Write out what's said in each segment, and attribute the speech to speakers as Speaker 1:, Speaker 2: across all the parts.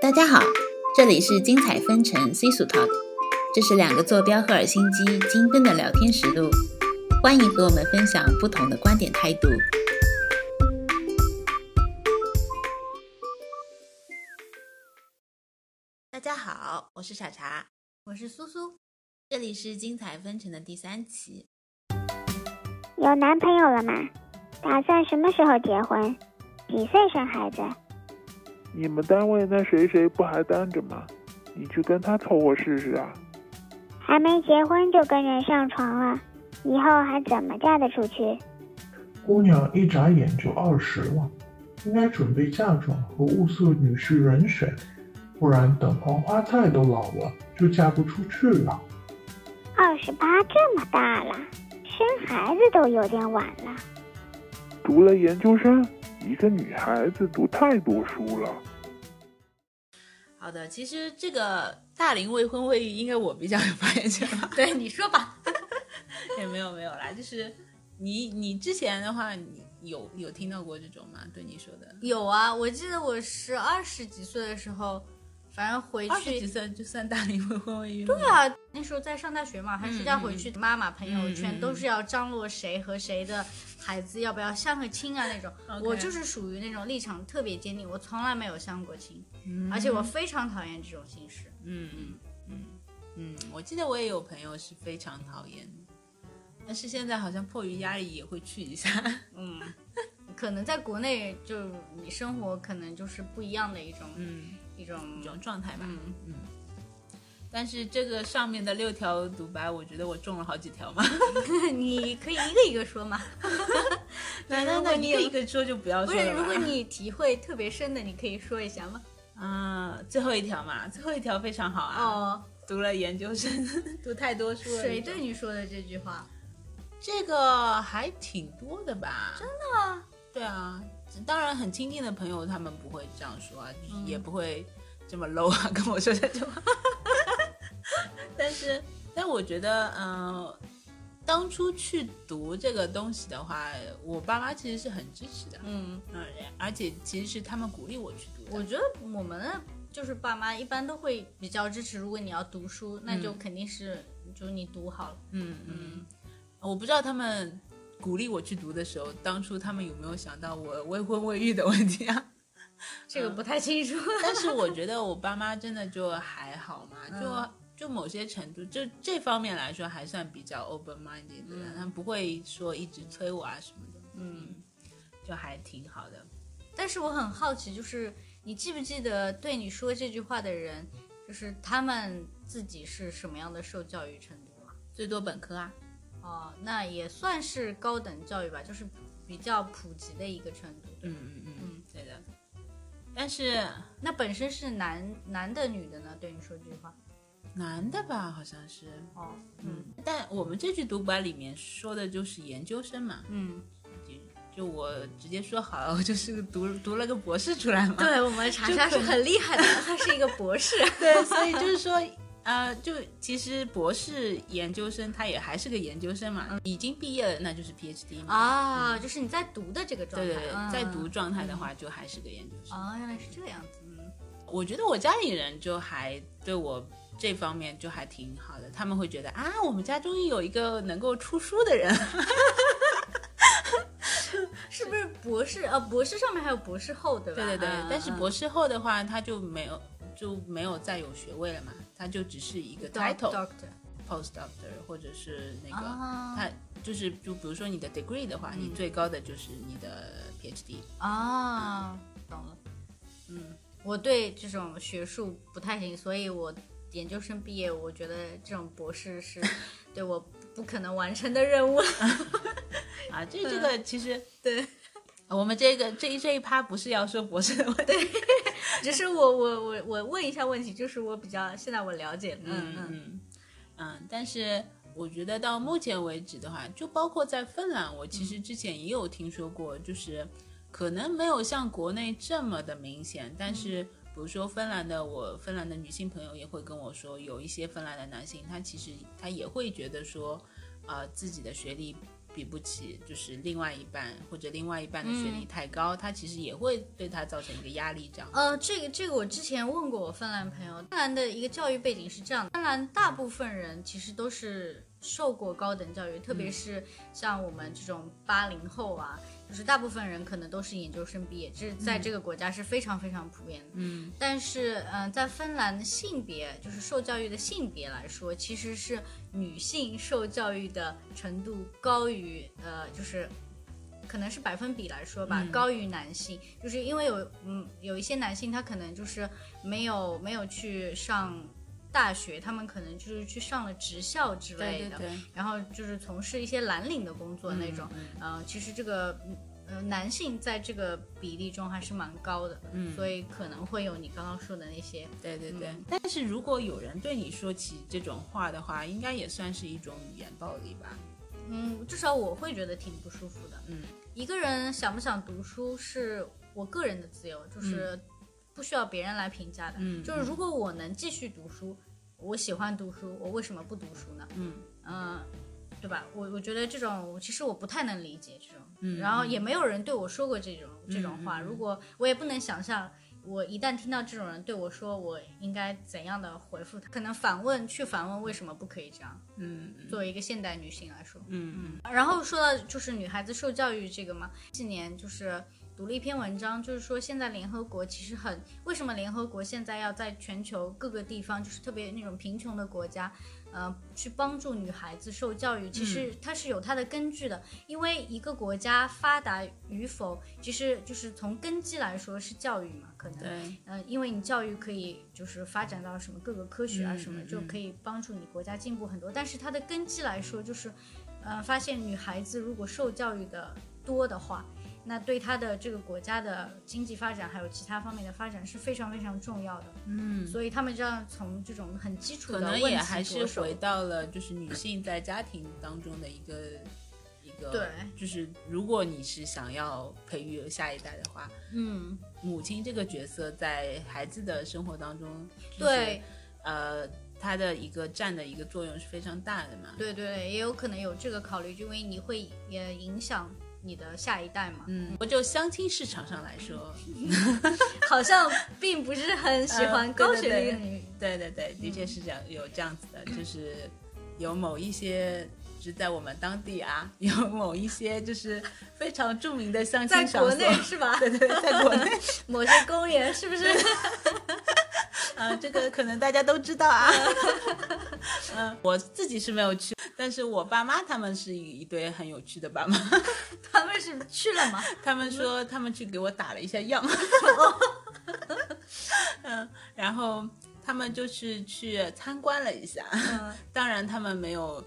Speaker 1: 大家好，这里是精彩纷呈 C 组 Talk，这是两个坐标赫尔辛基精分的聊天实录，欢迎和我们分享不同的观点态度。大家好，我是茶茶，我是苏苏，这里是精彩纷呈的第三期。
Speaker 2: 有男朋友了吗？打算什么时候结婚？几岁生孩子？
Speaker 3: 你们单位那谁谁不还单着吗？你去跟他凑合试试啊！
Speaker 2: 还没结婚就跟人上床了，以后还怎么嫁得出去？
Speaker 4: 姑娘一眨眼就二十了，应该准备嫁妆和物色女婿人选，不然等黄花菜都老了，就嫁不出去了。
Speaker 2: 二十八这么大了，生孩子都有点晚了。
Speaker 3: 读了研究生，一个女孩子读太多书了。
Speaker 1: 好的，其实这个大龄未婚未育，应该我比较有发言权吧？
Speaker 5: 对，你说吧。
Speaker 1: 也没有没有啦，就是你你之前的话，你有有听到过这种吗？对你说的，
Speaker 5: 有啊，我记得我是二十几岁的时候，反正回
Speaker 1: 二十几
Speaker 5: 去，
Speaker 1: 岁就算大龄未婚未育吗？对
Speaker 5: 对啊，那时候在上大学嘛，寒暑假
Speaker 1: 嗯嗯
Speaker 5: 回去，妈妈朋友
Speaker 1: 嗯嗯
Speaker 5: 圈
Speaker 1: 嗯
Speaker 5: 都是要张罗谁和谁的孩子要不要相个亲啊那种。
Speaker 1: 嗯 OK
Speaker 5: 我就是属于那种立场特别坚定，我从来没有相过亲，而且我非常讨厌这种形式。
Speaker 1: 嗯嗯嗯嗯，我记得我也有朋友是非常讨厌的，但是现在好像迫于压力也会去一 下。
Speaker 5: 嗯，可能在国内就你生活可能就是不一样的一种
Speaker 1: 嗯。
Speaker 5: 一种
Speaker 1: 一种状态吧。
Speaker 5: 嗯
Speaker 1: 嗯。但是这个上面的六条独白，我觉得我中了好几条嘛。
Speaker 5: 你可以一个一个说嘛。
Speaker 1: 那
Speaker 5: 如
Speaker 1: 那
Speaker 5: 果
Speaker 1: 那
Speaker 5: 你
Speaker 1: 一个
Speaker 5: 有
Speaker 1: 一个说就不要
Speaker 5: 不
Speaker 1: 说
Speaker 5: 是，
Speaker 1: 了吧。
Speaker 5: 如果你体会特别深的，你可以说一下吗？
Speaker 1: 啊，最后一条嘛，最后一条非常好啊。
Speaker 5: 哦，
Speaker 1: 读了研究生，读太多书了。
Speaker 5: 谁对你说的这句话？
Speaker 1: 这个还挺多的吧？真的吗？对啊，当然很亲近的朋友他们不会这样说啊，就是
Speaker 5: 嗯
Speaker 1: 也不会这么 low 啊跟我说这句话。 但是，但我觉得，嗯、当初去读这个东西的话，我爸妈其实是很支持的，
Speaker 5: 嗯，
Speaker 1: 嗯，而且其实是他们鼓励我去读
Speaker 5: 我
Speaker 1: 的。
Speaker 5: 觉得我们的就是爸妈一般都会比较支持，如果你要读书，那就肯定是就你读好了。
Speaker 1: 嗯嗯，我不知道他们鼓励我去读的时候，当初他们有没有想到我未婚未育的问题 啊？
Speaker 5: 这个不太清楚。
Speaker 1: 但是我觉得我爸妈真的就还好嘛，就、
Speaker 5: 嗯
Speaker 1: 就某些程度，就这方面来说还算比较 open minded 的，
Speaker 5: 嗯
Speaker 1: 他们不会说一直催我啊什么的，
Speaker 5: 嗯，
Speaker 1: 就还挺好的。
Speaker 5: 但是我很好奇，就是你记不记得对你说这句话的人，就是他们自己是什么样的受教育程度啊？
Speaker 1: 最多本科啊，
Speaker 5: 哦，那也算是高等教育吧，就是比较普及的一个程度。对吧
Speaker 1: 嗯嗯嗯
Speaker 5: 嗯
Speaker 1: 嗯，对的。但是
Speaker 5: 那本身是男男的女的呢？对你说这句话。
Speaker 1: 男的吧，好像是，
Speaker 5: 哦，
Speaker 1: 嗯，但我们这句独白里面说的就是研究生嘛，
Speaker 5: 嗯，
Speaker 1: 就我直接说好了，我就是读读了个博士出来 嘛，
Speaker 5: 对我们查查是很厉害的，他是一个博士。
Speaker 1: 对，所以就是说，呃，就其实博士研究生他也还是个研究生嘛，已经毕业了，那就是 PhD 嘛。
Speaker 5: 啊，就是你在读的这个状
Speaker 1: 对
Speaker 5: 态，
Speaker 1: 对对，
Speaker 5: 嗯
Speaker 1: 在读。状态的话，就还是个研究生。
Speaker 5: 哦，原来是这个样子，嗯，
Speaker 1: 我觉得我家里人就还对我这方面就还挺好的，他们会觉得啊，我们家终于有一个能够出书的人。
Speaker 5: 是不是博士？呃，博士上面还有博士后，对吧？
Speaker 1: 对对对，
Speaker 5: 嗯
Speaker 1: 但是博士后的话，他就没有就没有再有学位了嘛，他就只是一个
Speaker 5: 嗯 doc-
Speaker 1: title
Speaker 5: doctor
Speaker 1: postdoctor 或者是那个。
Speaker 5: 啊
Speaker 1: 它就是就比如说你的 degree 的话，你最高的就是你的 PhD。
Speaker 5: 啊，懂了。
Speaker 1: 嗯，
Speaker 5: 我对这种学术不太行，所以我研究生毕业，我觉得这种博士是对我不可能完成的任务。
Speaker 1: 啊，这这个其实
Speaker 5: 对，
Speaker 1: 我们这个这一这一趴不是要说博士的问题。
Speaker 5: 只是我我我我问一下问题，就是我比较现在我了解，嗯
Speaker 1: 嗯嗯嗯，但是我觉得到目前为止的话，就包括在芬兰，我其实之前也有听说过，就是可能没有像国内这么的明显，但是比如说芬兰的我芬兰的女性朋友也会跟我说，啊有一些芬兰的男性他其实他也会觉得说，呃，自己的学历。比不起就是另外一半或者另外一半的学历太高，他其实也会对他造成一个压力。这样，
Speaker 5: 呃，这个这个我之前问过我芬兰朋友，芬兰的一个教育背景是这样的：芬兰大部分人其实都是受过高等教育，特别是像我们这种八零后啊，就是大部分人可能都是研究生毕业，这是在这个国家是非常非常普遍的。
Speaker 1: 嗯
Speaker 5: 但是，嗯、在芬兰的性别，就是受教育的性别来说，其实是女性受教育的程度高于，呃，就是可能是百分比来说吧，
Speaker 1: 嗯
Speaker 5: 高于男性，就是因为有，嗯，有一些男性他可能就是没有没有去上大学，他们可能就是去上了职校之类的，
Speaker 1: 对对嗯对，
Speaker 5: 然后就是从事一些蓝领的工作那种，呃，其实这个。嗯呃，男性在这个比例中还是蛮高的，
Speaker 1: 嗯
Speaker 5: 所以可能会有你刚刚说的那些，
Speaker 1: 对对对
Speaker 5: 嗯。
Speaker 1: 但是如果有人对你说起这种话的话，应该也算是一种语言暴力吧？
Speaker 5: 嗯，至少我会觉得挺不舒服的。
Speaker 1: 嗯，
Speaker 5: 一个人想不想读书是我个人的自由，就是不需要别人来评价的。
Speaker 1: 嗯
Speaker 5: 就是如果我能继续读书，我喜欢读书，我为什么不读书呢？
Speaker 1: 嗯
Speaker 5: 嗯，对吧？我我觉得这种其实我不太能理解这种，
Speaker 1: 嗯
Speaker 5: 然后也没有人对我说过这种这种
Speaker 1: 嗯
Speaker 5: 话。
Speaker 1: 嗯
Speaker 5: 如果我也不能想象，我一旦听到这种人对我说，我应该怎样的回复他？可能反问去反问为什么不可以这样？
Speaker 1: 嗯嗯
Speaker 5: 作为一个现代女性来说，
Speaker 1: 嗯
Speaker 5: 然后说到就是女孩子受教育这个嘛，近年就是读了一篇文章，就是说现在联合国其实很为什么联合国现在要在全球各个地方，就是特别那种贫穷的国家，呃，去帮助女孩子受教育，其实它是有它的根据的，因为一个国家发达与否，其实就是从根基来说是教育嘛，可能。
Speaker 1: 对，
Speaker 5: 嗯，因为你教育可以就是发展到什么各个科学啊
Speaker 1: 嗯
Speaker 5: 什么，
Speaker 1: 嗯
Speaker 5: 就
Speaker 1: 嗯
Speaker 5: 可以帮助你国家进步很多。但是它的根基来说，就是，呃，发现女孩子如果受教育的多的话，那对她的这个国家的经济发展还有其他方面的发展是非常非常重要的。
Speaker 1: 嗯。
Speaker 5: 所以他们这样从这种很基础
Speaker 1: 可
Speaker 5: 的
Speaker 1: 能
Speaker 5: 问
Speaker 1: 也
Speaker 5: 题
Speaker 1: 还是
Speaker 5: 着手
Speaker 1: 回到了就是女性在家庭当中的一个一个，
Speaker 5: 对，
Speaker 1: 就是如果你是想要培育下一代的话，
Speaker 5: 嗯，
Speaker 1: 母亲这个角色在孩子的生活当中，就是、
Speaker 5: 对，
Speaker 1: 呃，她的一个占的一个作用是非常大的嘛。
Speaker 5: 对对对，也有可能有这个考虑，因为你会也影响你的下一代嘛。
Speaker 1: 嗯，我就相亲市场上来说，
Speaker 5: 好像并不是很喜欢
Speaker 1: 嗯
Speaker 5: 高
Speaker 1: 对对
Speaker 5: 学历
Speaker 1: 对
Speaker 5: 嗯的女
Speaker 1: 对对对，的确是这样，有这样子的，就是有某一些。就是在我们当地啊， 有某一些就是非常著名的相亲
Speaker 5: 在
Speaker 1: 场所，
Speaker 5: 国 内是吧？
Speaker 1: 对对，对在国 内，
Speaker 5: 某些公园是不是？
Speaker 1: 啊，这个可能大家都知道啊。 嗯、我自己是没有去，但是我爸妈他们是一对很有趣的爸妈，
Speaker 5: 他们是去了吗？
Speaker 1: 他们说他们去给我打了一下样，嗯，然后他们就是去参观了一下，
Speaker 5: 嗯
Speaker 1: 当然他们没有。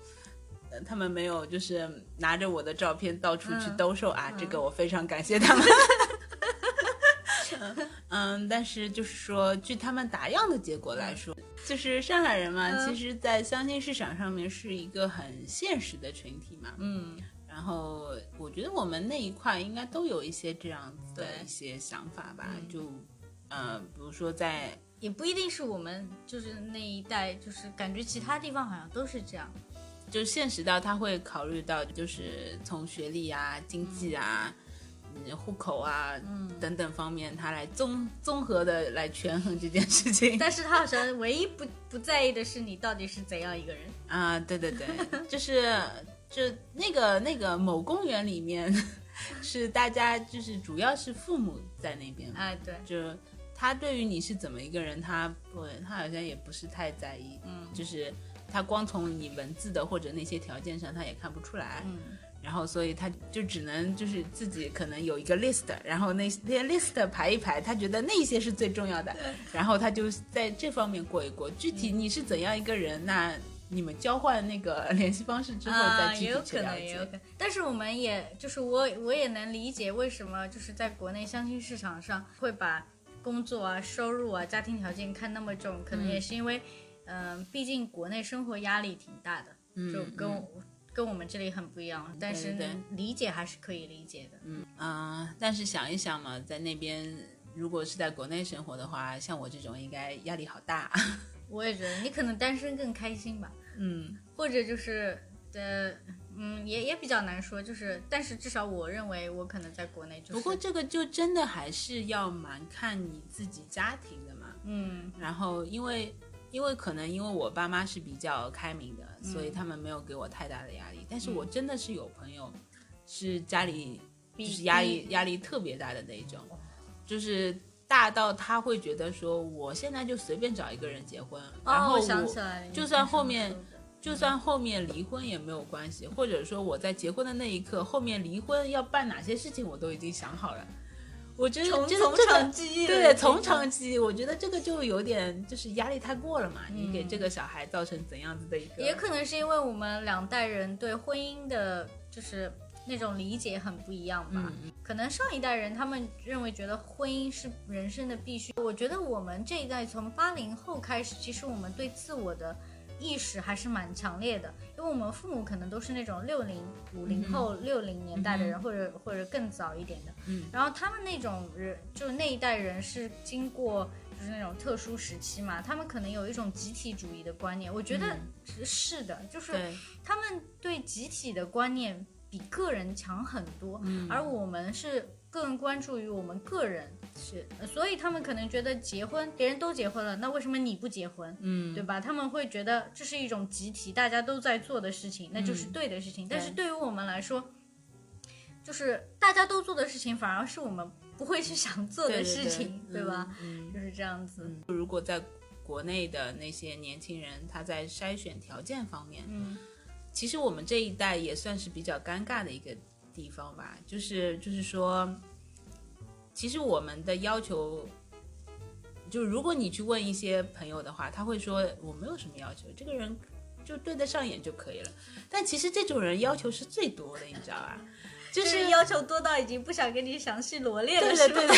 Speaker 1: 呃他们没有，就是拿着我的照片到处去
Speaker 5: 嗯
Speaker 1: 兜售啊，这个我非常感谢 他们。嗯，但是就是说，据他们打样的结果来说，就是上海人嘛，
Speaker 5: 嗯
Speaker 1: 其实，在相亲市场上面是一个很现实的群体嘛。
Speaker 5: 嗯，
Speaker 1: 然后我觉得我们那一块应该都有一些这样子的
Speaker 5: 对
Speaker 1: 一些想法吧，
Speaker 5: 嗯
Speaker 1: 就呃，比如说在
Speaker 5: 也不一定是我们就是那一代，就是感觉其他地方好像都是这样。
Speaker 1: 就现实到他会考虑到就是从学历啊、经济啊、嗯、户口啊。
Speaker 5: 嗯，
Speaker 1: 等等方面，他来综综合的来权衡这件事情。
Speaker 5: 但是他好像唯一不不在意的是你到底是怎样一个人。
Speaker 1: 啊，对对对，就是就那个那个某公园里面， 是大家就是主要是父母在那边，
Speaker 5: 哎，对，
Speaker 1: 就他对于你是怎么一个人，他不他好像也不是太在意，
Speaker 5: 嗯
Speaker 1: 就是他光从你文字的或者那些条件上他也看不出来，
Speaker 5: 嗯，
Speaker 1: 然后所以他就只能就是自己可能有一个 list，然后那些 list 排一排，他觉得那些是最重要的，然后他就在这方面过一过。具体你是怎样一个人，那你们交换那个联系方式之后
Speaker 5: 啊，
Speaker 1: 再具
Speaker 5: 也
Speaker 1: 体
Speaker 5: 有
Speaker 1: 去
Speaker 5: 可
Speaker 1: 了
Speaker 5: 能，也有
Speaker 1: 解
Speaker 5: 可。能。但是我们也就是我我也能理解为什么就是在国内相亲市场上会把工作啊、收入啊、家庭条件看那么重，可
Speaker 1: 嗯
Speaker 5: 能也是因为，嗯、毕竟国内生活压力挺大的，
Speaker 1: 嗯
Speaker 5: 就跟
Speaker 1: 嗯
Speaker 5: 我跟我们这里很不一样。但是
Speaker 1: 对
Speaker 5: 理解还是可以理解的。
Speaker 1: 嗯、啊但是想一想嘛，在那边如果是在国内生活的话，像我这种应该压力好大。
Speaker 5: 我也觉得你可能单身更开心吧，
Speaker 1: 嗯
Speaker 5: 或者就是呃，嗯，也也比较难说，就是，但是至少我认为我可能在国内就是，
Speaker 1: 不过这个就真的还是要蛮看你自己家庭的嘛。
Speaker 5: 嗯
Speaker 1: 然后因为因为可能因为我爸妈是比较开明的，所以他们没有给我太大的压力。但
Speaker 5: 嗯
Speaker 1: 是我真的是有朋友是家里就
Speaker 5: 比
Speaker 1: 是压力压力特别大的那一种，就是大到他会觉得说我现在就随便找一个人结婚，然
Speaker 5: 哦，
Speaker 1: 后
Speaker 5: 我
Speaker 1: 我
Speaker 5: 想起来了，
Speaker 1: 就算后面
Speaker 5: 你跟我说过
Speaker 1: 就算后面离婚也没有关系，或者说我在结婚的那一刻，后面离婚要办哪些事情我都已经想好了。我觉得
Speaker 5: 从
Speaker 1: 这个
Speaker 5: 从
Speaker 1: 这
Speaker 5: 长
Speaker 1: 个
Speaker 5: 计议了已
Speaker 1: 对
Speaker 5: 经
Speaker 1: 从长计议，我觉得这个就有点就是压力太过了嘛，你给
Speaker 5: 嗯
Speaker 1: 这个小孩造成怎样子的一个？
Speaker 5: 也可能是因为我们两代人对婚姻的，就是那种理解很不一样吧。
Speaker 1: 嗯嗯
Speaker 5: 可能上一代人他们认为觉得婚姻是人生的必须，我觉得我们这一代从八零后开始，其实我们对自我的意识还是蛮强烈的，因为我们父母可能都是那种六零、五零后、六零年代的人，
Speaker 1: 嗯
Speaker 5: 或者或者更早一点的。
Speaker 1: 嗯
Speaker 5: 然后他们那种人，就是那一代人是经过就是那种特殊时期嘛，他们可能有一种集体主义的观念，我觉得
Speaker 1: 嗯
Speaker 5: 是是的，就是
Speaker 1: 对，
Speaker 5: 他们对集体的观念比个人强很多，
Speaker 1: 嗯
Speaker 5: 而我们是更关注于我们个人，是，呃所以他们可能觉得结婚别人都结婚了，那为什么你不结婚？
Speaker 1: 嗯
Speaker 5: 对吧？他们会觉得这是一种集体，大家都在做的事情，那就是
Speaker 1: 嗯
Speaker 5: 对的事情。但是
Speaker 1: 对
Speaker 5: 对于我们来说，就是大家都做的事情，反而是我们不会去想做的事情，
Speaker 1: 对
Speaker 5: 吧？？
Speaker 1: 嗯，嗯
Speaker 5: 就是这样子。
Speaker 1: 如果在国内的那些年轻人，他在筛选条件方面，
Speaker 5: 嗯
Speaker 1: 其实我们这一代也算是比较尴尬的一个地方吧，就是就是说，其实我们的要求，就如果你去问一些朋友的话，他会说我没有什么要求，这个人就对得上眼就可以了。但其实这种人要求是最多的，你知道吧？就
Speaker 5: 就是
Speaker 1: 是
Speaker 5: 要求多到已经不想跟你详细罗列了，
Speaker 1: 对
Speaker 5: 是
Speaker 1: 的
Speaker 5: 吧
Speaker 1: 对 的。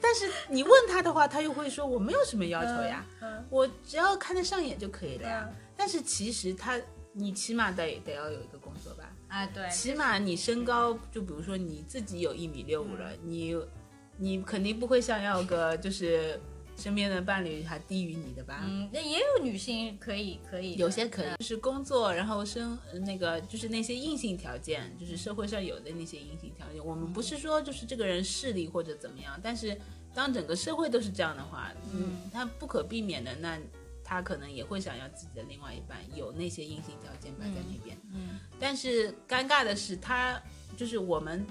Speaker 1: 但是你问他的话，他又会说我没有什么要求呀，
Speaker 5: 嗯
Speaker 1: 我只要看得上眼就可以了呀。
Speaker 5: 嗯
Speaker 1: 但是其实他，你起码得得要有一个工作吧。
Speaker 5: 啊，对，
Speaker 1: 起码你身高，就比如说你自己有一米六五
Speaker 5: 嗯
Speaker 1: 了，你你肯定不会想要个就是身边的伴侣还低于你的吧？
Speaker 5: 嗯，那也有女性可以可以的，
Speaker 1: 有些可以
Speaker 5: 嗯，
Speaker 1: 就是工作，然后生呃那个就是那些硬性条件，就是社会上有的那些硬性条件。我们不是说就是这个人势力或者怎么样，但是当整个社会都是这样的话，嗯，他不可避免的，那他可能也会想要自己的另外一半有那些硬性条件摆在那边。
Speaker 5: 嗯
Speaker 1: 但是尴尬的是，他就是我们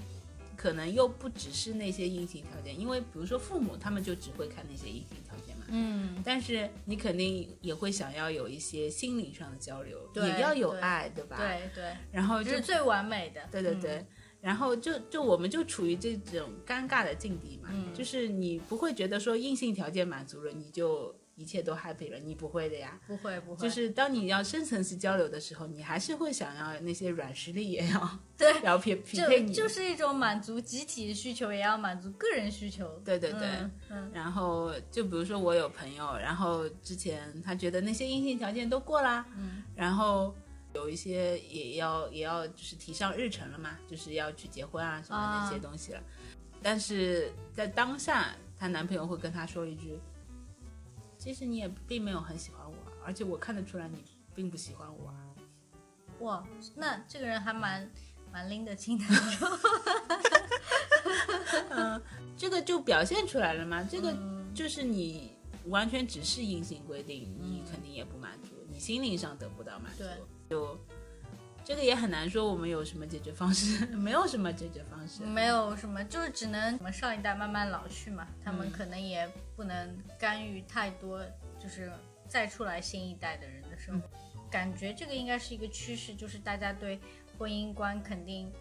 Speaker 1: 可能又不只是那些硬性条件，因为比如说父母他们就只会看那些硬性条件嘛。
Speaker 5: 嗯，
Speaker 1: 但是你肯定也会想要有一些心灵上的交流，
Speaker 5: 对
Speaker 1: 也要有
Speaker 5: 对
Speaker 1: 爱，对吧？。
Speaker 5: 对对，
Speaker 1: 然后
Speaker 5: 这
Speaker 1: 就是
Speaker 5: 最完美的，
Speaker 1: 对对
Speaker 5: 嗯
Speaker 1: 对，，然后就就我们就处于这种尴尬的境地嘛，
Speaker 5: 嗯
Speaker 1: 就是你不会觉得说硬性条件满足了你就一切都 happy 了，你不会的呀。
Speaker 5: 不会不会，
Speaker 1: 就是当你要深层次交流的时候，你还是会想要那些软实力也要
Speaker 5: 对
Speaker 1: 要匹匹配
Speaker 5: 就
Speaker 1: 你，
Speaker 5: 就是一种满足集体需求，也要满足个人需求。
Speaker 1: 对对对
Speaker 5: 嗯嗯
Speaker 1: 然后就比如说我有朋友，然后之前他觉得那些硬性条件都过啦，
Speaker 5: 嗯
Speaker 1: 然后有一些也要也要就是提上日程了嘛，就是要去结婚啊什么那些东西了。但是在当下，她男朋友会跟她说一句：“其实你也并没有很喜欢我啊，而且我看得出来你并不喜欢我啊。
Speaker 5: 哇，那这个人还蛮蛮拎得清的。
Speaker 1: 这个就表现出来了嘛，这个
Speaker 5: 嗯
Speaker 1: 就是你完全只是硬性规定，
Speaker 5: 嗯
Speaker 1: 你肯定也不满足，你心灵上得不到满足
Speaker 5: 对，
Speaker 1: 就这个也很难说我们有什么解决方式， 没有什么解决方式，
Speaker 5: 没有什么，就是只能我们上一代慢慢老去嘛，他们
Speaker 1: 嗯
Speaker 5: 可能也不能干预太多，就是再出来新一代的人的
Speaker 1: 嗯
Speaker 5: 生活。感觉这个应该是一个趋势，就是大家对婚姻观肯定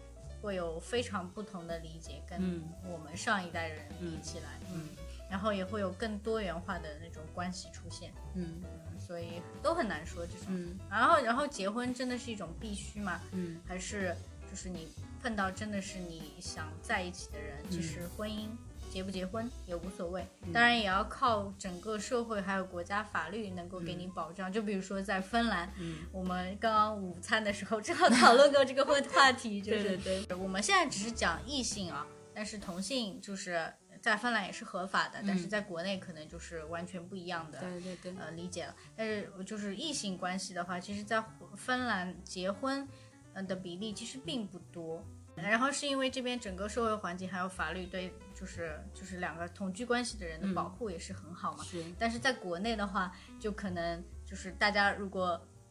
Speaker 5: 会有非常不同的理解，跟
Speaker 1: 嗯
Speaker 5: 我们上一代人比起来，
Speaker 1: 嗯
Speaker 5: 然后也会有更多元化的那种关系出现，
Speaker 1: 嗯
Speaker 5: 嗯，所以都很难说这种。
Speaker 1: 嗯
Speaker 5: 然后，然后结婚真的是一种必须吗？
Speaker 1: 嗯
Speaker 5: 还是就是你碰到真的是你想在一起的人，其
Speaker 1: 嗯
Speaker 5: 实婚姻结不结婚也无所谓，当然也要靠整个社会还有国家法律能够给你保障。就比如说在芬兰，
Speaker 1: 嗯，
Speaker 5: 我们刚刚午餐的时候 正好讨论过这个话话题，就
Speaker 1: 对对
Speaker 5: 是
Speaker 1: 对，
Speaker 5: 我们现在只是讲异性啊，但是同性就是在芬兰也是合法的，但是在国内可能就是完全不一样的。
Speaker 1: 嗯对对对，
Speaker 5: 呃理解了。但是就是异性关系的话，其实在芬兰结婚，嗯的比例其实并不多。然后是因为这边整个社会环境还有法律对就是就是两个同居关系的人的保护也是很好嘛。
Speaker 1: 是
Speaker 5: 但是在国内的话，就可能就是大家如果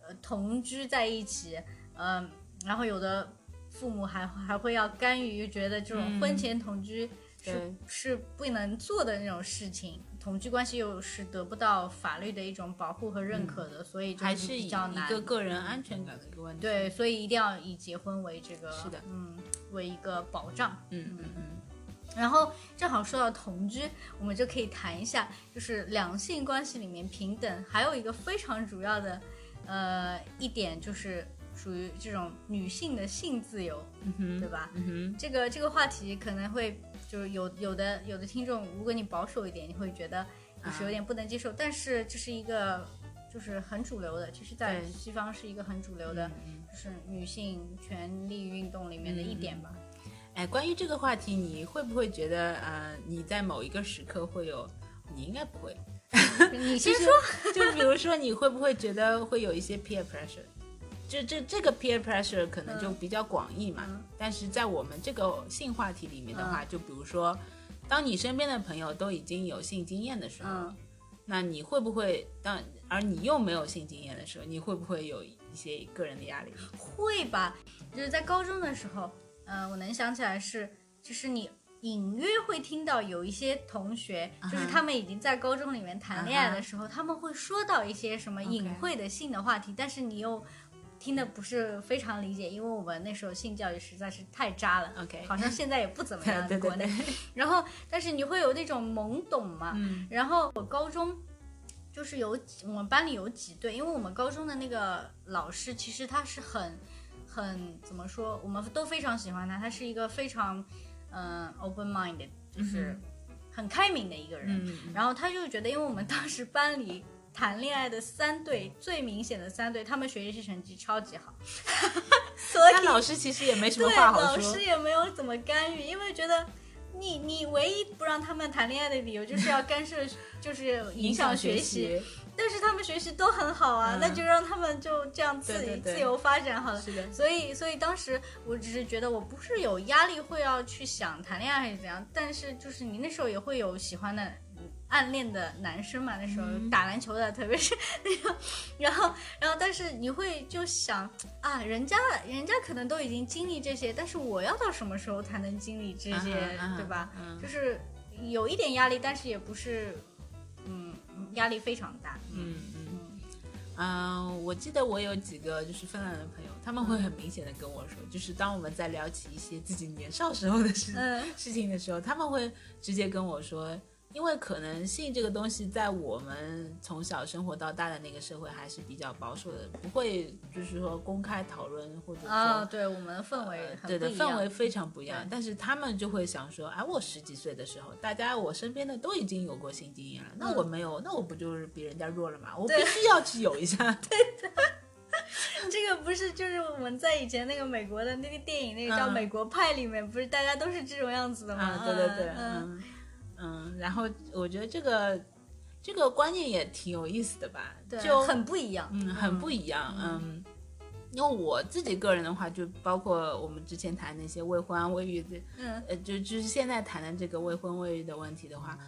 Speaker 5: 呃同居在一起，嗯、然后有的父母还还会要干预，觉得这种婚前同居是、
Speaker 1: 对
Speaker 5: 是不能做的那种事情。同居关系又是得不到法律的一种保护和认可的，所以
Speaker 1: 嗯
Speaker 5: 就
Speaker 1: 还
Speaker 5: 是
Speaker 1: 是以
Speaker 5: 比较难嗯
Speaker 1: 一。个个人安全感的一个问题。
Speaker 5: 对，所以一定要以结婚为这个
Speaker 1: 是的
Speaker 5: 嗯，为一个保障。
Speaker 1: 嗯嗯嗯，
Speaker 5: 然后正好说到同居，我们就可以谈一下，就是两性关系里面平等，还有一个非常主要的，呃，一点就是属于这种女性的性自由，
Speaker 1: 嗯哼，
Speaker 5: 对吧？
Speaker 1: 嗯哼，
Speaker 5: 这个这个话题可能会就是有有的有的听众，如果你保守一点，你会觉得
Speaker 1: 啊
Speaker 5: 就是有点不能接受，但是这是一个就是很主流的，就是在
Speaker 1: 对嗯
Speaker 5: 西方是一个很主流的，就是女性权利运动里面的一点吧。
Speaker 1: 哎，关于这个话题，你会不会觉得，呃，你在某一个时刻会有？你应该不会，嗯
Speaker 5: 你先说，
Speaker 1: 就比如说，你会不会觉得会有一些 peer pressure？这这这个 peer pressure 可能就比较广义嘛，
Speaker 5: 嗯
Speaker 1: 但是在我们这个性话题里面的话，就比如说，当你身边的朋友都已经有性经验的时候，
Speaker 5: 嗯。
Speaker 1: 那你会不会当而你又没有性经验的时候，你会不会有一些个人的压力？
Speaker 5: 会吧，就是在高中的时候，呃，我能想起来是，就是你隐约会听到有一些同学
Speaker 1: 嗯哼嗯
Speaker 5: 就是他们已经在高中里面谈恋爱的时候他们会说到一些什么
Speaker 1: OK
Speaker 5: 隐晦的性的话题但是你又听的不是非常理解，因为我们那时候性教育实在是太渣了
Speaker 1: OK
Speaker 5: 好像现在也不怎么 样，
Speaker 1: 对对
Speaker 5: 国内
Speaker 1: 对，。
Speaker 5: 然后，但是你会有那种懵懂嘛，
Speaker 1: 嗯
Speaker 5: 然后我高中就是有几我们班里有几对，因为我们高中的那个老师其实他是很很怎么说，我们都非常喜欢他，他是一个非常嗯、open minded，就是很开明的一个人。
Speaker 1: 嗯，
Speaker 5: 然后他就觉得，因为我们当时班里。谈恋爱的三对最明显的三对，他们学习成绩超级好，所以
Speaker 1: 那老师其实也没什么
Speaker 5: 对，
Speaker 1: 话好
Speaker 5: 老
Speaker 1: 说
Speaker 5: 师。也没有怎么干预，因为觉得你你唯一不让他们谈恋爱的理由就是要干涉，就是影响学习。，但是他们学习都很好啊，
Speaker 1: 嗯
Speaker 5: 那就让他们就这样自己
Speaker 1: 对对对
Speaker 5: 自由发展好了。
Speaker 1: 是的，
Speaker 5: 所以，所以当时我只是觉得我不是有压力会要去想谈恋爱还是怎样，但是就是你那时候也会有喜欢的、嗯暗恋的男生嘛，那时候
Speaker 1: 嗯
Speaker 5: 打篮球的，特别是那种， 然后，然后，但是你会就想啊，人家人家可能都已经经历这些，但是我要到什么时候才能经历这些，对吧？？
Speaker 1: 嗯
Speaker 5: 就是有一点压力，但是也不是，嗯，压力非常大，
Speaker 1: 嗯嗯嗯，我记得我有几个就是芬兰的朋友，他们会很明显的跟我说，就是当我们在聊起一些自己年少时候的事
Speaker 5: 嗯
Speaker 1: 事情的时候，他们会直接跟我说，因为可能性这个东西在我们从小生活到大的那个社会还是比较保守的，不会就是说公开讨论或者说
Speaker 5: 啊，对，我们的氛围很
Speaker 1: 呃对
Speaker 5: 不
Speaker 1: 的
Speaker 5: 一
Speaker 1: 氛
Speaker 5: 样
Speaker 1: 围非常不一样
Speaker 5: 对，
Speaker 1: 但是他们就会想说，哎，我十几岁的时候，大家我身边的都已经有过性经验了，那
Speaker 5: 嗯
Speaker 1: 我没有，那我不就是比人家弱了吗？我必
Speaker 5: 对
Speaker 1: 须要去有一下。
Speaker 5: 这个不是就是我们在以前那个美国的那个电影，那个叫《
Speaker 1: 嗯
Speaker 5: 美国派》里面，不是大家都是这种样子的吗？
Speaker 1: 啊，对对对，
Speaker 5: 嗯，
Speaker 1: 嗯嗯，然后我觉得这个这个观念也挺有意思的吧，
Speaker 5: 对，
Speaker 1: 就
Speaker 5: 很不一样，
Speaker 1: 嗯很不一样，嗯。因为我自己个人的话，就包括我们之前谈那些未婚啊未育的，
Speaker 5: 嗯
Speaker 1: 呃，就就是现在谈的这个未婚未育的问题的话，
Speaker 5: 嗯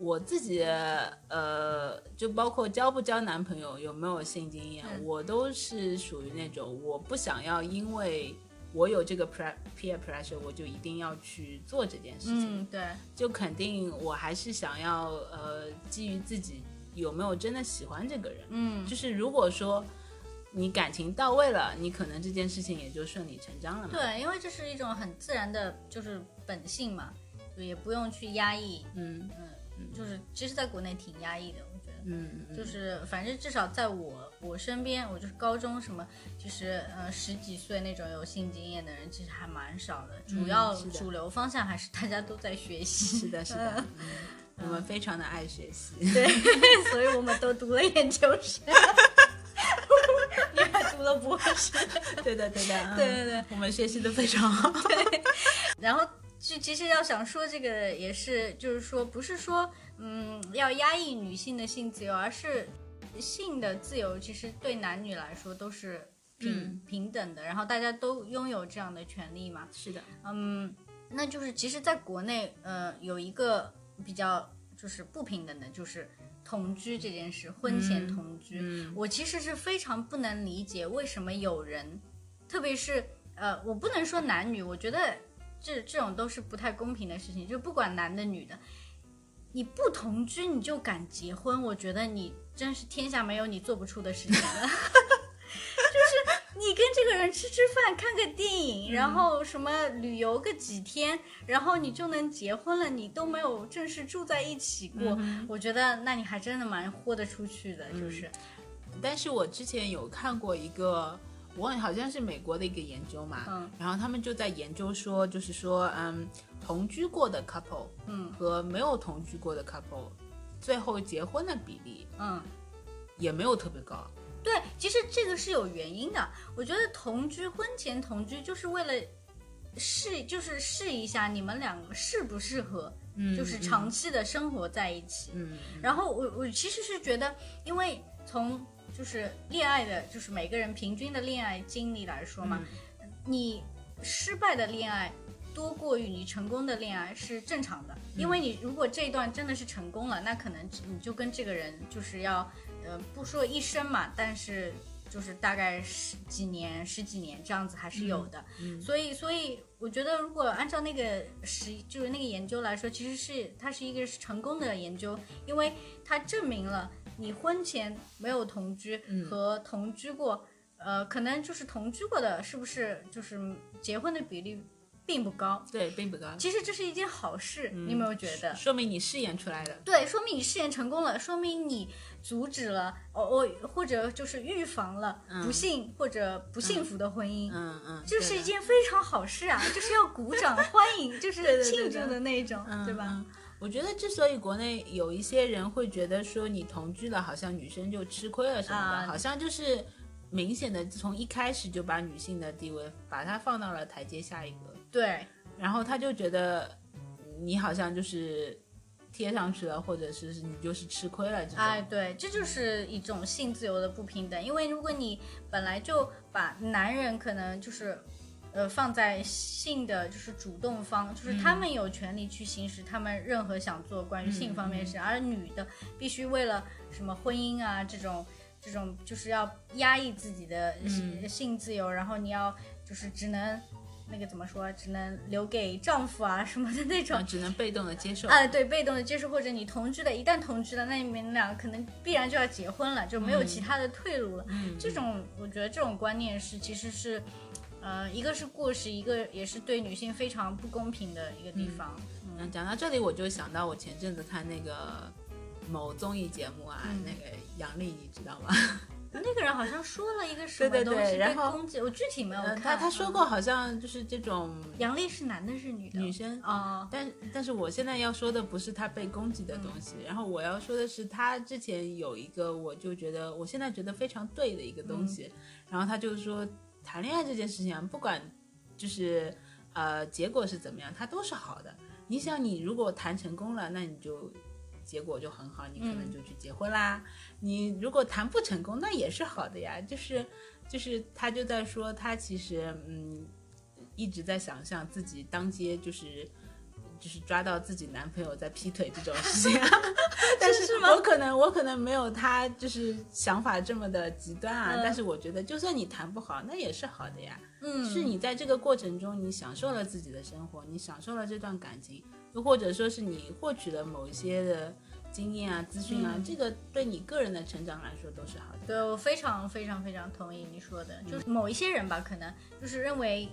Speaker 1: 我自己呃，就包括交不交男朋友，有没有性经验，
Speaker 5: 嗯
Speaker 1: 我都是属于那种我不想要，因为我有这个 pre- peer pressure，我就一定要去做这件事情。
Speaker 5: 嗯，对，
Speaker 1: 就肯定我还是想要呃，基于自己有没有真的喜欢这个人。
Speaker 5: 嗯
Speaker 1: 就是如果说你感情到位了，你可能这件事情也就顺理成章了嘛。
Speaker 5: 对，因为这是一种很自然的，就是本性嘛，就也不用去压抑，
Speaker 1: 嗯
Speaker 5: 嗯，就是其实在国内挺压抑的，我觉得。
Speaker 1: 嗯，嗯
Speaker 5: 就是，反正至少在我我身边，我就是高中什么，就是呃十几岁那种有性经验的人，其实还蛮少的。
Speaker 1: 嗯
Speaker 5: 主要
Speaker 1: 是的
Speaker 5: 主流方向还是大家都在学习。
Speaker 1: 是的，是的，嗯我们非常的爱学习。
Speaker 5: 对，所以我们都读了研究生。 你还读了博士，
Speaker 1: 对的，对的，嗯
Speaker 5: 对对对，
Speaker 1: 我们学习的非常 好。
Speaker 5: 然后其其实要想说这个也是，就是说不是说嗯要压抑女性的性自由，而是性的自由其实对男女来说都是
Speaker 1: 嗯
Speaker 5: 平平等的，然后大家都拥有这样的权利嘛。
Speaker 1: 是的，
Speaker 5: 嗯，那就是其实在国内，呃，有一个比较就是不平等的，就是同居这件事，婚前
Speaker 1: 嗯
Speaker 5: 同居。
Speaker 1: 嗯，
Speaker 5: 我其实是非常不能理解为什么有人，特别是呃，我不能说男女，我觉得这这种都是不太公平的事情，就不管男的女的，你不同居你就敢结婚，我觉得你真是天下没有你做不出的事情了。 就是你跟这个人吃吃饭、看个电影，然后什么旅游个几天，然后你就能结婚了，你都没有正式住在一起过，
Speaker 1: 嗯
Speaker 5: 我觉得那你还真的蛮豁得出去的，就是。
Speaker 1: 但是我之前有看过一个，我忘了好像是美国的一个研究嘛，
Speaker 5: 嗯
Speaker 1: 然后他们就在研究说，就是说，嗯，同居过的 couple
Speaker 5: 嗯
Speaker 1: 和没有同居过的 couple，最后结婚的比例
Speaker 5: 嗯，
Speaker 1: 也没有特别高。
Speaker 5: 对，其实这个是有原因的。我觉得同居，婚前同居就是为了试，就是试一下你们两个适不适合，
Speaker 1: 嗯
Speaker 5: 就是长，期的生活在一起。
Speaker 1: 嗯，
Speaker 5: 然后我我其实是觉得，因为从就是恋爱的，就是每个人平均的恋爱经历来说嘛，
Speaker 1: 嗯
Speaker 5: 你失败的恋爱多过于你成功的恋爱是正常的，因为你如果这一段真的是成功了，那可能你就跟这个人就是要，呃，不说一生嘛，但是就是大概十几年、十几年这样子还是有的。
Speaker 1: 嗯
Speaker 5: 所以，所以我觉得如果按照那个实就是那个研究来说，其实是它是一个成功的研究，因为它证明了你婚前没有同居
Speaker 1: 嗯
Speaker 5: 和同居过，呃，可能就是同居过的，是不是就是结婚的比例并不高？
Speaker 1: 对，并不高。嗯
Speaker 5: 其实这是一件好事，你有没有觉得？
Speaker 1: 说明你试验出来的。
Speaker 5: 对，说明你试验成功了，说明你阻止了哦哦，或者就是预防了
Speaker 1: 嗯
Speaker 5: 不幸或者不幸福的婚姻。
Speaker 1: 嗯嗯，
Speaker 5: 这
Speaker 1: 对
Speaker 5: 是
Speaker 1: 的
Speaker 5: 一件非常好事啊，就是要鼓 掌欢迎，
Speaker 1: 对
Speaker 5: 就是
Speaker 1: 的
Speaker 5: 庆祝
Speaker 1: 对的
Speaker 5: 的那一种，
Speaker 1: 嗯
Speaker 5: 对吧？
Speaker 1: 嗯我觉得之所以国内有一些人会觉得说你同居了，好像女生就吃亏了什么的，
Speaker 5: 啊
Speaker 1: 好像就是明显的从一开始就把女性的地位把它放到了台阶下一个，
Speaker 5: 对，
Speaker 1: 然后他就觉得你好像就是贴上去了，或者是你就是吃亏了这种。
Speaker 5: 哎，对，这就是一种性自由的不平等，因为如果你本来就把男人可能就是。呃，放在性的就是主动方，就是
Speaker 1: 嗯
Speaker 5: 他们有权利去行使他们任何想做关于性方面的
Speaker 1: 嗯
Speaker 5: 事，而女的必须为了什么婚姻啊这种这种，就是要压抑自己的
Speaker 1: 嗯
Speaker 5: 性自由，然后你要就是只能那个怎么说，只能留给丈夫啊什么的那种
Speaker 1: 啊，，只能被动的接受。
Speaker 5: 啊，对，被动的接受或者你同居的，一旦同居了，那你们俩可能必然就要结婚了，就没有其他的退路了。
Speaker 1: 嗯，
Speaker 5: 这种我觉得这种观念是其实是，呃，一个是过时，一个也是对女性非常不公平的一个地方。
Speaker 1: 嗯，讲到这里，我就想到我前阵子看那个某综艺节目啊，
Speaker 5: 嗯
Speaker 1: 那个杨笠，你知道吗？
Speaker 5: 那个人好像说了一个什么
Speaker 1: 对对
Speaker 5: 东
Speaker 1: 对
Speaker 5: 西被
Speaker 1: 然后
Speaker 5: 攻击，我具体没有
Speaker 1: 呃
Speaker 5: 看。嗯
Speaker 1: 他他说过，好像就是这种
Speaker 5: 杨笠是男的，是女的？
Speaker 1: 女生
Speaker 5: 哦，
Speaker 1: 但但是我现在要说的不是他被攻击的东
Speaker 5: 嗯
Speaker 1: 西，然后我要说的是他之前有一个，我就觉得我现在觉得非常对的一个东西，
Speaker 5: 嗯
Speaker 1: 然后他就说谈恋爱这件事情啊，不管就是呃结果是怎么样，它都是好的。你想，你如果谈成功了，那你就结果就很好，你可能
Speaker 5: 嗯
Speaker 1: 就去结婚啦。你如果谈不成功，那也是好的呀。就是就是他就在说，他其实嗯一直在想象自己当街就是。就是抓到自己男朋友在劈腿这种事情、啊， 但是我可能我可能没有他就是想法这么的极端啊，
Speaker 5: 嗯
Speaker 1: 但是我觉得就算你谈不好，那也是好的呀。
Speaker 5: 嗯，
Speaker 1: 是你在这个过程中，你享受了自己的生活，你享受了这段感情，又或者说是你获取了某一些的经验啊、资讯啊，
Speaker 5: 嗯
Speaker 1: 这个对你个人的成长来说都是好的。
Speaker 5: 对我非常非常非常同意你说的，就是某一些人吧，可能就是认为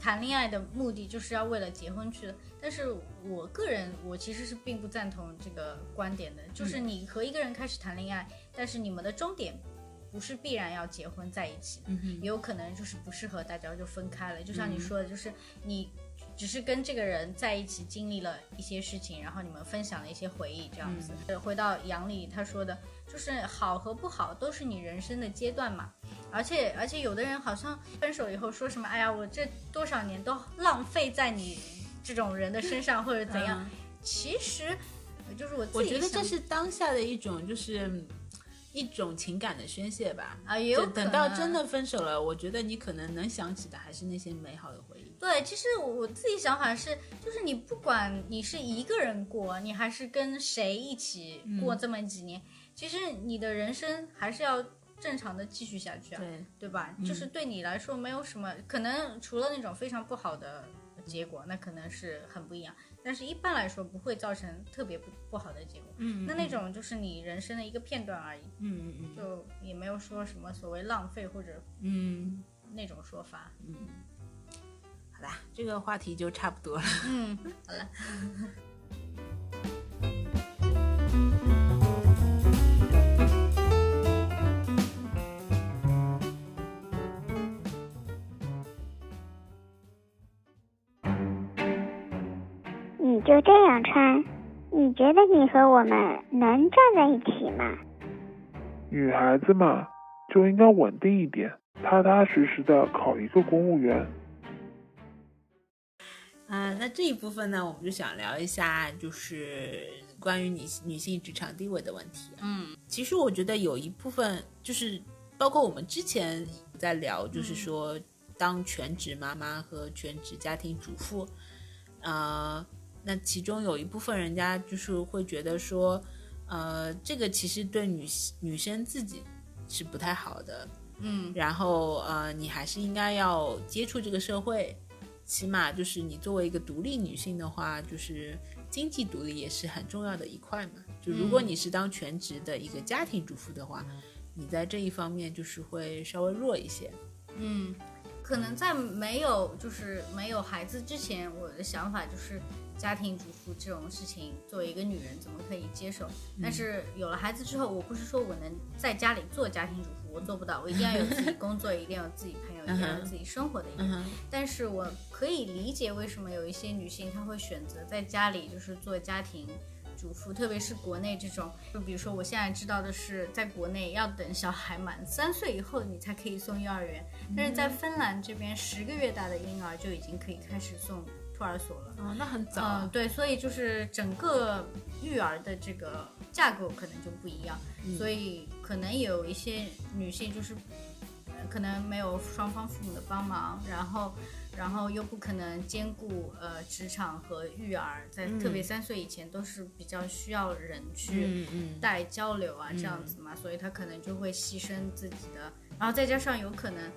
Speaker 5: 谈恋爱的目的就是要为了结婚去的，但是我个人我其实是并不赞同这个观点的，就是你和一个人开始谈恋爱，但是你们的终点不是必然要结婚在一起的，
Speaker 1: 嗯哼，
Speaker 5: 也有可能就是不适合，大家就分开了。就像你
Speaker 1: 嗯
Speaker 5: 说的，就是你只是跟这个人在一起经历了一些事情，然后你们分享了一些回忆，这样子。呃
Speaker 1: 嗯
Speaker 5: 回到杨笠他说的，就是好和不好都是你人生的阶段嘛。而且而且有的人好像分手以后说什么，哎呀，我这多少年都浪费在你这种人的身上，或者怎样。
Speaker 1: 嗯
Speaker 5: 其实。就是我自己
Speaker 1: 我觉得
Speaker 5: 想
Speaker 1: 这是当下的一种就是一种情感的宣泄吧。
Speaker 5: 啊，也有
Speaker 1: 就
Speaker 5: 可
Speaker 1: 等到
Speaker 5: 能
Speaker 1: 真的分手了，我觉得你可能能想起的还是那些美好的回忆。
Speaker 5: 对，其实我自己想法是，就是你不管你是一个人过，你还是跟谁一起
Speaker 1: 嗯
Speaker 5: 过这么几年，其实你的人生还是要正常的继续下去啊，
Speaker 1: 对，
Speaker 5: 对吧？
Speaker 1: 嗯
Speaker 5: 就是对你来说没有什么，可能除了那种非常不好的结果，那可能是很不一样，但是一般来说不会造成特别不不好的结果。
Speaker 1: 嗯
Speaker 5: 那那，种就是你人生的一个片段而已，
Speaker 1: 嗯嗯嗯
Speaker 5: 就也没有说什么所谓浪费或者
Speaker 1: 嗯
Speaker 5: 那种说法。
Speaker 1: 嗯，好吧，这个话题就差不多了。
Speaker 5: 嗯，
Speaker 2: 你就这样穿，你觉得你和我们能站在一起吗？
Speaker 3: 女孩子嘛，就应该稳定一点，踏踏实实的考一个公务员。
Speaker 1: 啊，那这一部分呢，我们就想聊一下，就是关于女女性职场地位的问题。啊
Speaker 5: 嗯，
Speaker 1: 其实我觉得有一部分就是，包括我们之前在聊，就是说当全职妈妈和全职家庭主妇，呃，那其中有一部分人家就是会觉得说，呃，这个其实对女女生自己是不太好的，
Speaker 5: 嗯
Speaker 1: 然后呃，你还是应该要接触这个社会，起码就是你作为一个独立女性的话，就是经济独立也是很重要的一块嘛。就如果
Speaker 5: 嗯
Speaker 1: 你是当全职的一个家庭主妇的话，你在这一方面就是会稍微弱一些。
Speaker 5: 嗯，可能在没有就是没有孩子之前，我的想法就是家庭主妇这种事情，作为一个女人怎么可以接受？
Speaker 1: 嗯
Speaker 5: 但是有了孩子之后，我不是说我能在家里做家庭主妇，我做不到，我一定要有自己工作，一定要有自己朋友，一定要有自己生活的一个
Speaker 1: 嗯
Speaker 5: 人。
Speaker 1: 哼，
Speaker 5: 但是我可以理解为什么有一些女性她会选择在家里就是做家庭主妇，特别是国内这种，就比如说我现在知道的是，在国内要等小孩满三岁以后你才可以送幼儿园，但是在芬兰这边十个月大的婴儿就已经可以开始送托儿所了。
Speaker 1: 哦，那很早
Speaker 5: 嗯，
Speaker 1: 啊。
Speaker 5: 对，所以就是整个育儿的这个架构可能就不一样，
Speaker 1: 嗯
Speaker 5: 所以可能有一些女性就是，呃可能没有双方父母的帮忙，然后，然后又不可能兼顾呃职场和育儿，在
Speaker 1: 嗯
Speaker 5: 特别三岁以前都是比较需要人去。
Speaker 1: 嗯嗯，
Speaker 5: 带交流啊，这样子嘛，所以他可能就会牺牲自己的，然后再加上有可能，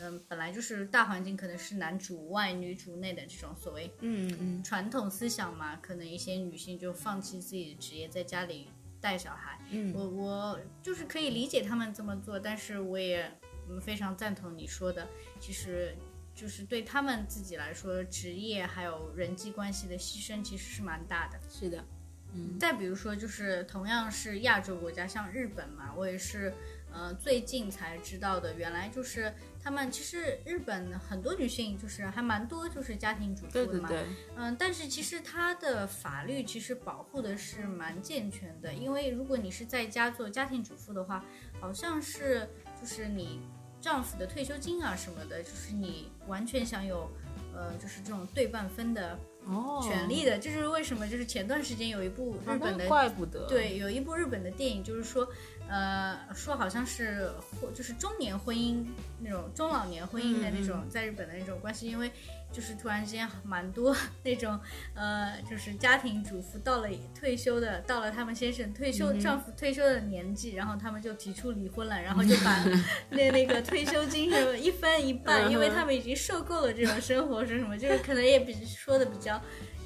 Speaker 5: 嗯、本来就是大环境可能是男主外女主内的这种所谓
Speaker 1: 嗯嗯
Speaker 5: 传统思想嘛，可能一些女性就放弃自己的职业，在家里带小孩。
Speaker 1: 嗯
Speaker 5: 我我就是可以理解他们这么做，但是我也嗯非常赞同你说的，其实就是对他们自己来说，职业还有人际关系的牺牲其实是蛮大的。
Speaker 1: 是的，嗯
Speaker 5: 再比如说，就是同样是亚洲国家，像日本嘛，我也是，呃，最近才知道的，原来就是他们其实日本很多女性就是还蛮多就是家庭主妇
Speaker 1: 对
Speaker 5: 的
Speaker 1: 对
Speaker 5: 嘛，
Speaker 1: 对，
Speaker 5: 嗯，但是其实它的法律其实保护的是蛮健全的，因为如果你是在家做家庭主妇的话，好像是就是你丈夫的退休金啊什么的，就是你完全享有，呃，就是这种对半分的
Speaker 1: 哦，
Speaker 5: 权利的。这就是为什么就是前段时间有一部
Speaker 1: 啊
Speaker 5: 日本
Speaker 1: 那
Speaker 5: 的
Speaker 1: 怪不得，
Speaker 5: 对，有一部日本的电影，就是说，呃，说好像是婚，就是中年婚姻那种中老年婚姻的那种，在日本的那种关系，因为就是突然之间蛮多那种，呃，就是家庭主妇到了退休的，到了他们先生退休、丈夫退休的年纪，然后他们就提出离婚了，然后就把那那个退休金什么一分一半，因为他们已经受够了这种生活是什么，就是可能也比说的比较。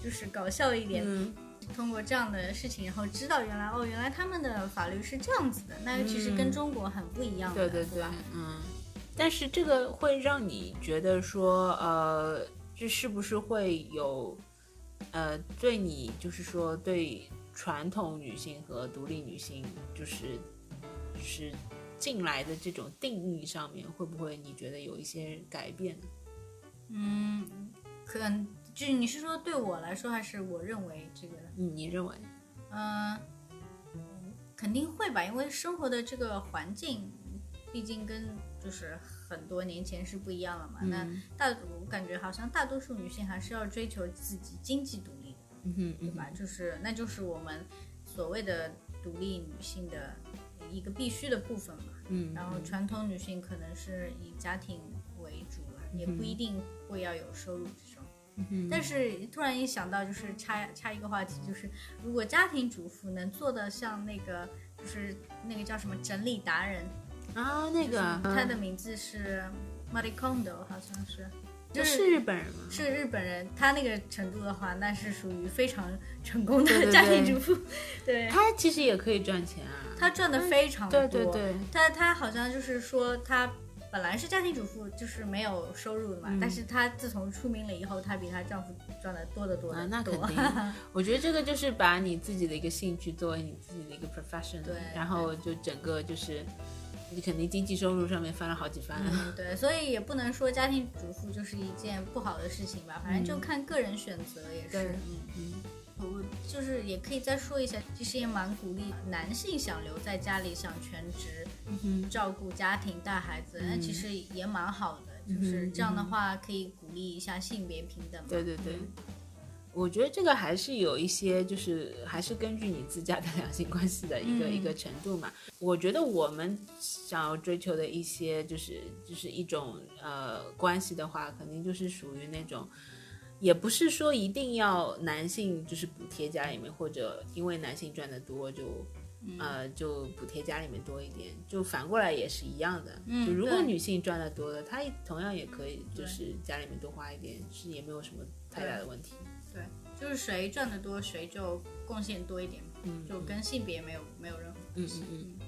Speaker 5: 就是搞笑一点，
Speaker 1: 嗯，
Speaker 5: 通过这样的事情，然后知道原来哦，原来他们的法律是这样子的，那其实跟中国很不一样的，
Speaker 1: 对对
Speaker 5: 对
Speaker 1: 对
Speaker 5: 吧？，
Speaker 1: 嗯。但是这个会让你觉得说，呃，这是不是会有，呃，对你就是说对传统女性和独立女性，就是就是进来的这种定义上面，会不会你觉得有一些改变呢？
Speaker 5: 嗯，可能就是你是说对我来说，还是我认为这个，
Speaker 1: 你你认为？
Speaker 5: 嗯、肯定会吧，因为生活的这个环境，毕竟跟就是很多年前是不一样了嘛。那
Speaker 1: 嗯
Speaker 5: 大我感觉好像大多数女性还是要追求自己经济独立的。
Speaker 1: 嗯哼
Speaker 5: 对
Speaker 1: 嗯
Speaker 5: 吧
Speaker 1: 哼？
Speaker 5: 就是那就是我们所谓的独立女性的一一个必须的部分嘛。
Speaker 1: 嗯，
Speaker 5: 然后传统女性可能是以家庭为主了，
Speaker 1: 嗯
Speaker 5: 也不一定会要有收入这种。但是突然一想到，就是插插一个话题，就是如果家庭主妇能做的像那个，就是那个叫什么整理达人，
Speaker 1: 啊，那个啊
Speaker 5: 她的名字是 Marie Kondo，好像是，就
Speaker 1: 这
Speaker 5: 是
Speaker 1: 是日本人吗？
Speaker 5: 是日本人，他那个程度的话，那是属于非常成功
Speaker 1: 对
Speaker 5: 的
Speaker 1: 对
Speaker 5: 家庭
Speaker 1: 对
Speaker 5: 主妇。对
Speaker 1: 他其实也可以赚钱啊。
Speaker 5: 他赚的非常多，
Speaker 1: 对对对，
Speaker 5: 他他好像就是说他本来是家庭主妇，就是没有收入的嘛，
Speaker 1: 嗯
Speaker 5: 但是她自从出名了以后，她比她丈夫赚的多得多
Speaker 1: 啊
Speaker 5: 得，
Speaker 1: 那肯
Speaker 5: 多。
Speaker 1: 定。 我觉得这个就是把你自己的一个兴趣作为你自己的一个 profession，
Speaker 5: 对
Speaker 1: 然后就整个就是你肯定经济收入上面翻了好几番。
Speaker 5: 嗯，对，所以也不能说家庭主妇就是一件不好的事情吧，反正就看个人选择也
Speaker 1: 嗯对
Speaker 5: 是。嗯嗯，我就是也可以再说一下，其实也蛮鼓励男性想留在家里想全职，
Speaker 1: 嗯哼，
Speaker 5: 照顾家庭、带孩子，那、其实也蛮好的。
Speaker 1: 嗯
Speaker 5: 就是这样的
Speaker 1: 嗯
Speaker 5: 话，可以鼓励一下性别平等嘛。
Speaker 1: 对对对。嗯我觉得这个还是有一些，就是还是根据你自家的两性关系的一个、
Speaker 5: 嗯
Speaker 1: 一个程度嘛。我觉得我们想要追求的一些，就是就是一种呃关系的话，肯定就是属于那种，也不是说一定要男性就是补贴家里面，或者因为男性赚得多就呃就补贴家里面多一点，就反过来也是一样的。
Speaker 5: 嗯
Speaker 1: 就如果
Speaker 5: 对
Speaker 1: 女性赚得多的，她也同样也可以就
Speaker 5: 对
Speaker 1: 是家里面多花一点，是也没有什么太大的问题。
Speaker 5: 就是谁赚得多，谁就贡献多一点嘛，
Speaker 1: 嗯
Speaker 5: 就跟性别没有没有任何
Speaker 1: 嗯
Speaker 5: 关系。
Speaker 1: 嗯嗯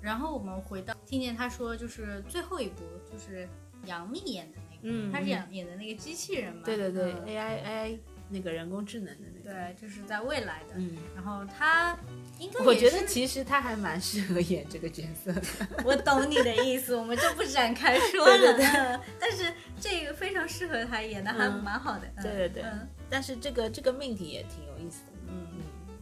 Speaker 5: 然后我们回到听见他说，就是最后一部就是杨幂演的那个，
Speaker 1: 嗯
Speaker 5: 她是
Speaker 1: 嗯
Speaker 5: 演演的那个机器人嘛？
Speaker 1: 对对对、
Speaker 5: 嗯
Speaker 1: a i AI 那个人工智能的那个。
Speaker 5: 对，就是在未来的。
Speaker 1: 嗯，
Speaker 5: 然后她应该
Speaker 1: 我
Speaker 5: 也
Speaker 1: 觉得
Speaker 5: 是
Speaker 1: 其实她还蛮适合演这个角色的。
Speaker 5: 我懂你的意思，我们就不展开说了。嗯
Speaker 1: 对对
Speaker 5: 但是这个非常适合她演的，还
Speaker 1: 嗯
Speaker 5: 蛮好的。嗯
Speaker 1: 对对对
Speaker 5: 嗯
Speaker 1: 但是这个这个命题也挺有意思的。
Speaker 5: 嗯，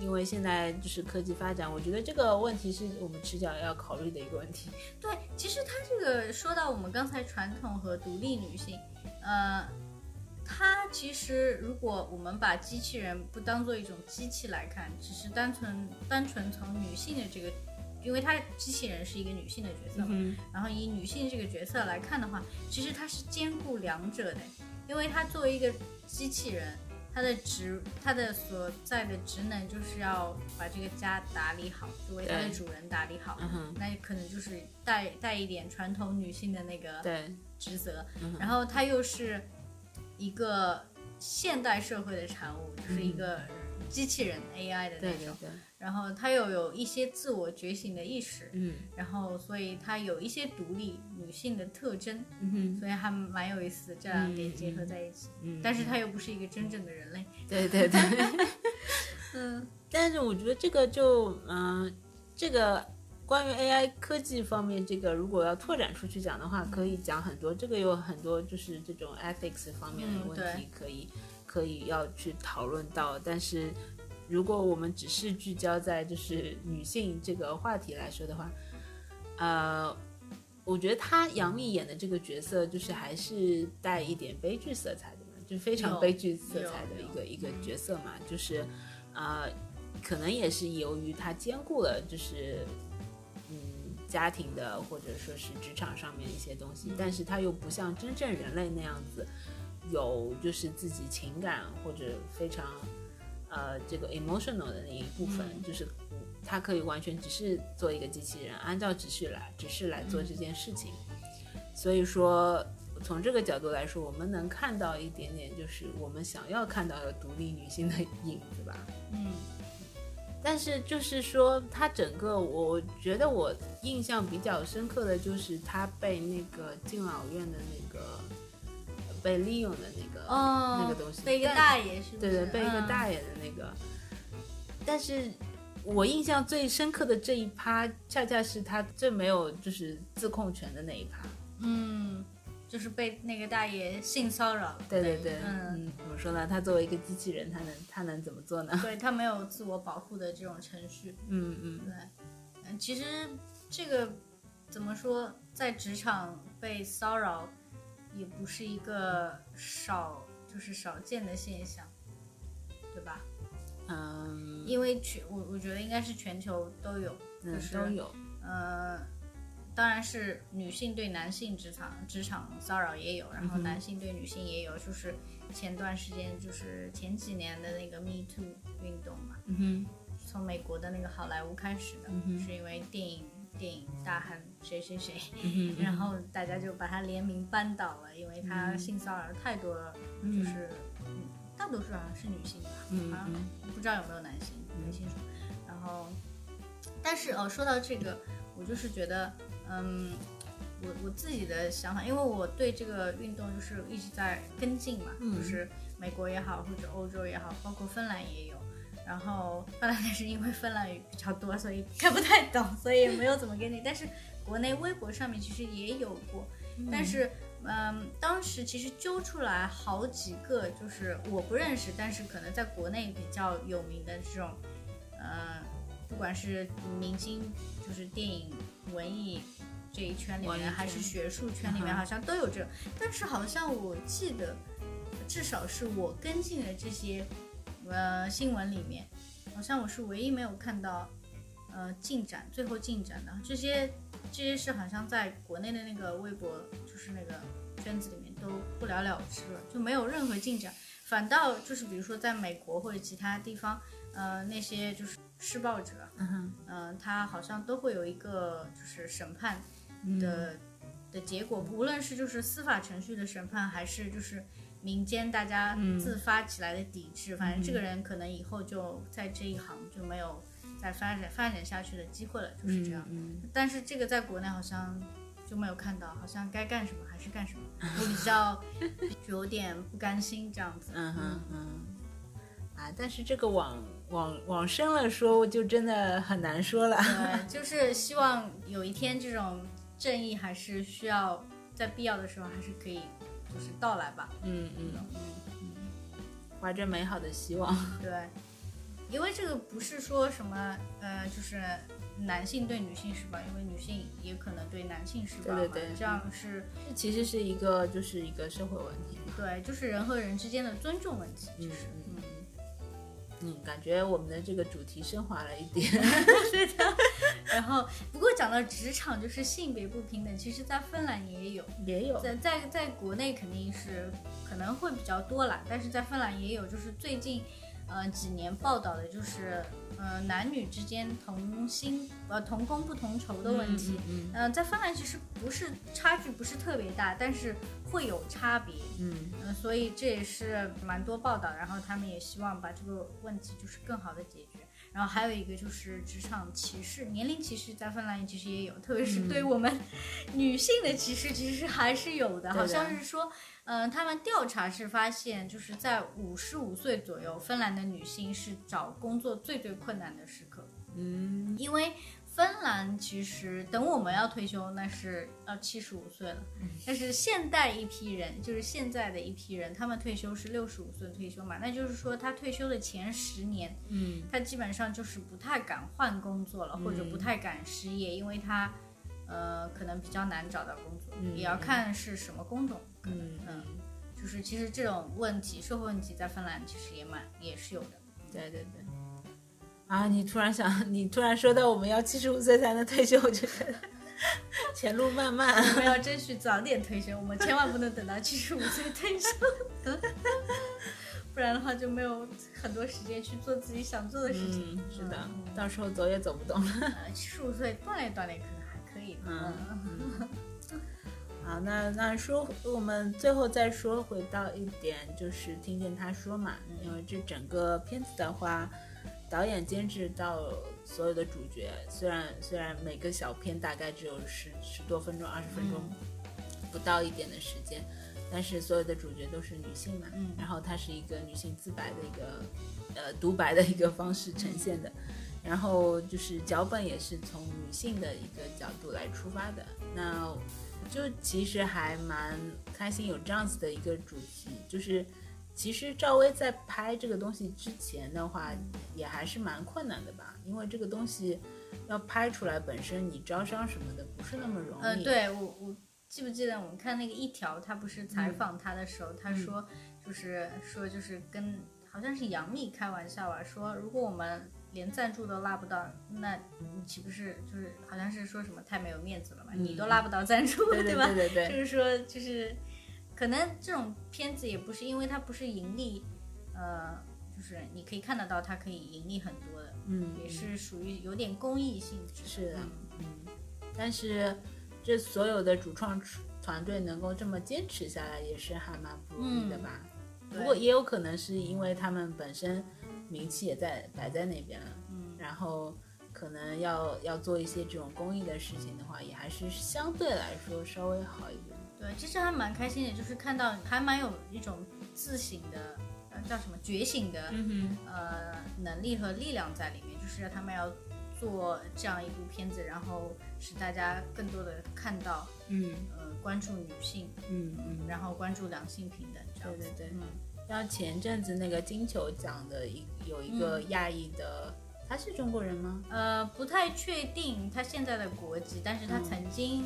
Speaker 1: 因为现在就是科技发展，我觉得这个问题是我们迟早要考虑的一个问题。
Speaker 5: 对，其实她这个说到我们刚才传统和独立女性，呃，她其实如果我们把机器人不当做一种机器来看，只是单纯单纯从女性的这个，因为她机器人是一个女性的角色嘛，
Speaker 1: 嗯
Speaker 5: 然后以女性这个角色来看的话，其实她是兼顾两者的，因为她作为一个机器人，她的职，她的所在的职能就是要把这个家打理好，就为她的
Speaker 1: 对
Speaker 5: 主人打理好。
Speaker 1: 嗯哼，
Speaker 5: 那可能就是带带一点传统女性的那个
Speaker 1: 对，
Speaker 5: 职责
Speaker 1: 嗯哼，
Speaker 5: 然后它又是一个现代社会的产物，就是一个机器人 AI 的那
Speaker 1: 嗯对对
Speaker 5: 种，
Speaker 1: 对，
Speaker 5: 然后它又有一些自我觉醒的意识，
Speaker 1: 嗯
Speaker 5: 然后所以它有一些独立女性的特征，
Speaker 1: 嗯哼，
Speaker 5: 所以还蛮有意思的，这两点结合在一起，
Speaker 1: 嗯
Speaker 5: 但是它又不是一个真正的人类，
Speaker 1: 对对对。
Speaker 5: 嗯，
Speaker 1: 但是我觉得这个就嗯、这个关于 AI 科技方面，这个如果要拓展出去讲的话，可以讲很多。这个有很多就是这种 ethics 方面的
Speaker 5: 嗯
Speaker 1: 问题，可以、可以要去讨论到。但是如果我们只是聚焦在就是女性这个话题来说的话，呃。我觉得她杨幂演的这个角色，就是还是带一点悲剧色彩的嘛，就非常
Speaker 5: 有
Speaker 1: 悲剧色彩的
Speaker 5: 有
Speaker 1: 一个一个角色嘛，就是，呃，可能也是由于他兼顾了就是嗯家庭的或者说是职场上面一些东西，但是他又不像真正人类那样子有就是自己情感或者非常呃这个 emotional 的那一部分，
Speaker 5: 嗯
Speaker 1: 就是他可以完全只是做一个机器人，按照指示来指示来做这件事情，所以说。从这个角度来说，我们能看到一点点，就是我们想要看到的独立女性的影子吧。
Speaker 5: 嗯
Speaker 1: 但是就是说，他整个我觉得我印象比较深刻的就是他被那个敬老院的那个呃被利用的那个、
Speaker 5: 哦，
Speaker 1: 那个东西，
Speaker 5: 被一个
Speaker 1: 但
Speaker 5: 大爷是不
Speaker 1: 对
Speaker 5: 是？
Speaker 1: 对被一个
Speaker 5: 嗯
Speaker 1: 大爷的那个。但是我印象最深刻的这一趴，恰恰是他最没有就是自控权的那一趴。
Speaker 5: 嗯，就是被那个大爷性骚扰了。
Speaker 1: 对对对，
Speaker 5: 嗯，
Speaker 1: 嗯，怎么说呢？他作为一个机器人，他能他能怎么做呢？
Speaker 5: 对他没有自我保护的这种程序。
Speaker 1: 嗯嗯
Speaker 5: 对，嗯，其实这个怎么说，在职场被骚扰也不是一个少，就是少见的现象，对吧？
Speaker 1: 嗯，
Speaker 5: 因为全我我觉得应该是全球都有，
Speaker 1: 嗯
Speaker 5: 就是
Speaker 1: 都有，
Speaker 5: 呃，当然是女性对男性职场职场骚扰也有，
Speaker 1: 嗯
Speaker 5: 然后男性对女性也有，就是前段时间就是前几年的那个 Me Too 运动嘛，
Speaker 1: 嗯哼，
Speaker 5: 从美国的那个好莱坞开始的，
Speaker 1: 嗯哼
Speaker 5: 是因为电影电影大喊谁谁谁，
Speaker 1: 嗯哼，
Speaker 5: 然后大家就把他联名扳倒了，因为他
Speaker 1: 嗯
Speaker 5: 性骚扰太多了，
Speaker 1: 嗯
Speaker 5: 就是、嗯、大多数好像是女性吧，
Speaker 1: 嗯
Speaker 5: 好像
Speaker 1: 嗯
Speaker 5: 不知道有没有男性，没清楚。然后，但是哦，说到这个，我就是觉得，嗯，我我自己的想法，因为我对这个运动就是一直在跟进嘛，
Speaker 1: 嗯
Speaker 5: 就是美国也好，或者欧洲也好，包括芬兰也有。然后芬兰，但是因为芬兰语比较多，所以 看不太懂，所以也 没有怎么跟进。但是国内微博上面其实也有过，但是嗯，当时其实揪出来好几个，就是我不认识，但是可能在国内比较有名的这种，呃，不管是明星，就是电影、文艺这一圈里
Speaker 1: 文艺
Speaker 5: 面，
Speaker 1: 圈
Speaker 5: 还是学术圈里
Speaker 1: 嗯
Speaker 5: 面，
Speaker 1: 哼
Speaker 5: 好像都有这种。但是好像我记得，至少是我跟进的这些，呃，新闻里面，好像我是唯一没有看到，呃，进展最后进展的这些这些事，好像在国内的那个微博，就是那个圈子里面都不了了之了，就没有任何进展。反倒就是比如说在美国或者其他地方，呃，那些就是施暴者，
Speaker 1: 嗯哼
Speaker 5: 嗯、他好像都会有一个就是审判
Speaker 1: 嗯
Speaker 5: 的、的结果，无论是就是司法程序的审判，还是就是民间大家
Speaker 1: 嗯
Speaker 5: 自发起来的抵制，反正
Speaker 1: 嗯
Speaker 5: 这个人可能以后就在这一行就没有再发展发展下去的机会了，就是这样。
Speaker 1: 嗯
Speaker 5: 但是这个在国内好像就没有看到，好像该干什么还是干什么，我比 较有点不甘心这样子。
Speaker 1: 嗯哼嗯，啊，但是这个往往往深了说，就真的很难说了。
Speaker 5: 对，呃就是希望有一天这种正义还是需要在必要的时候还是可以就是到来吧。
Speaker 1: 嗯 嗯，
Speaker 5: 嗯，
Speaker 1: 怀着美好的希望。
Speaker 5: 对，因为这个不是说什么呃，就是男性对女性施暴，因为女性也可能对男性施暴嘛，
Speaker 1: 对对对嗯
Speaker 5: 这样是
Speaker 1: 这其实是一个就是一个社会问题。
Speaker 5: 对，就是人和人之间的尊重问题，就
Speaker 1: 嗯
Speaker 5: 是
Speaker 1: 嗯嗯，感觉我们的这个主题升华了一点。
Speaker 5: 然后，不过讲到职场，就是性别不平等，其实在芬兰也有，
Speaker 1: 也有，
Speaker 5: 在在在国内肯定是可能会比较多啦，但是在芬兰也有，就是最近，呃几年报道的就是，呃男女之间同薪呃同工不同酬的问题。
Speaker 1: 嗯
Speaker 5: 呃，在芬兰其实不是差距不是特别大，但是会有差别，
Speaker 1: 嗯
Speaker 5: 嗯、所以这也是蛮多报道，然后他们也希望把这个问题就是更好的解决。然后还有一个就是职场歧视，年龄歧视在芬兰其实也有，特别是对我们女性的歧视，其实还是有的。
Speaker 1: 对的
Speaker 5: 好像是说，嗯、他们调查是发现，就是在五十五岁左右，芬兰的女性是找工作最最困难的时刻。
Speaker 1: 嗯
Speaker 5: 因为芬兰其实等我们要退休，那是要七十五岁了。
Speaker 1: 嗯
Speaker 5: 但是现代一批人，就是现在的一批人，他们退休是六十五岁退休嘛，那就是说他退休的前十年，
Speaker 1: 嗯
Speaker 5: 他基本上就是不太敢换工作了，或者不太敢失业，因为他呃可能比较难找到工作，
Speaker 1: 嗯
Speaker 5: 也要看是什么工种，可能
Speaker 1: 嗯
Speaker 5: 嗯
Speaker 1: 嗯，
Speaker 5: 就是其实这种问题，社会问题在芬兰其实也蛮也是有的。
Speaker 1: 对对对。啊，你突然想， 你突然说到我们要七十五岁才能退休，我就觉得 前路漫漫。
Speaker 5: 我们要争取早点退休，我们千万不能等到七十五岁退休， 不然的话就没有很多时间去做自己想做的事情。啊
Speaker 1: 嗯，是的，到时候走也走不动了。
Speaker 5: 七十五岁锻炼锻炼可能还可以。
Speaker 1: 嗯
Speaker 5: 嗯，
Speaker 1: 好，那那说我们最后再说回到一点，就是听见他说嘛，因为这整个片子的话，导演监制到所有的主角，虽然虽然每个小片大概只有十十多分钟、二十分钟、不到一点的时间，但是所有的主角都是女性嘛，
Speaker 5: 嗯
Speaker 1: 然后它是一个女性自白的一个呃独白的一个方式呈现的。然后就是脚本也是从女性的一个角度来出发的，那就其实还蛮开心有这样子的一个主题，就是其实赵薇在拍这个东西之前的话，也还是蛮困难的吧，因为这个东西要拍出来本身你招商什么的不是那么容易。
Speaker 5: 呃，对我我记不记得我们看那个一条，他不
Speaker 1: 嗯
Speaker 5: 是采访他的时候，他啊说就是说就是跟好像是杨幂开玩笑吧，说如果我们。连赞助都拉不到，那你岂不是就是好像是说什么太没有面子了吧？你都拉不到赞助，
Speaker 1: 嗯对
Speaker 5: 吧？
Speaker 1: 对对对
Speaker 5: 就是说，就是可能这种片子也不是因为它不是盈利，呃，就是你可以看得到它可以盈利很多的，
Speaker 1: 嗯，
Speaker 5: 也是属于有点公益性质。
Speaker 1: 是的
Speaker 5: 嗯
Speaker 1: 但是这所有的主创团队能够这么坚持下来，也是还蛮不容易的吧。
Speaker 5: 嗯对
Speaker 1: 不过也有可能是因为他们本身名气也在摆在那边了，
Speaker 5: 嗯，
Speaker 1: 然后可能要要做一些这种公益的事情的话，也还是相对来说稍微好一点。
Speaker 5: 对，其实还蛮开心的，就是看到还蛮有一种自省的，呃，叫什么觉醒的，
Speaker 1: 嗯
Speaker 5: 呃能力和力量在里面，就是他们要做这样一部片子，然后使大家更多的看到，
Speaker 1: 哼，嗯
Speaker 5: 呃，关注女性，
Speaker 1: 嗯嗯。
Speaker 5: 然后关注两性平等，这样
Speaker 1: 对
Speaker 5: 子。
Speaker 1: 对对
Speaker 5: 嗯，
Speaker 1: 然后前阵子那个金球奖的一有一个
Speaker 5: 嗯
Speaker 1: 亚裔的，他是中国人吗？
Speaker 5: 呃，不太确定他现在的国籍，但
Speaker 1: 嗯
Speaker 5: 是他曾经，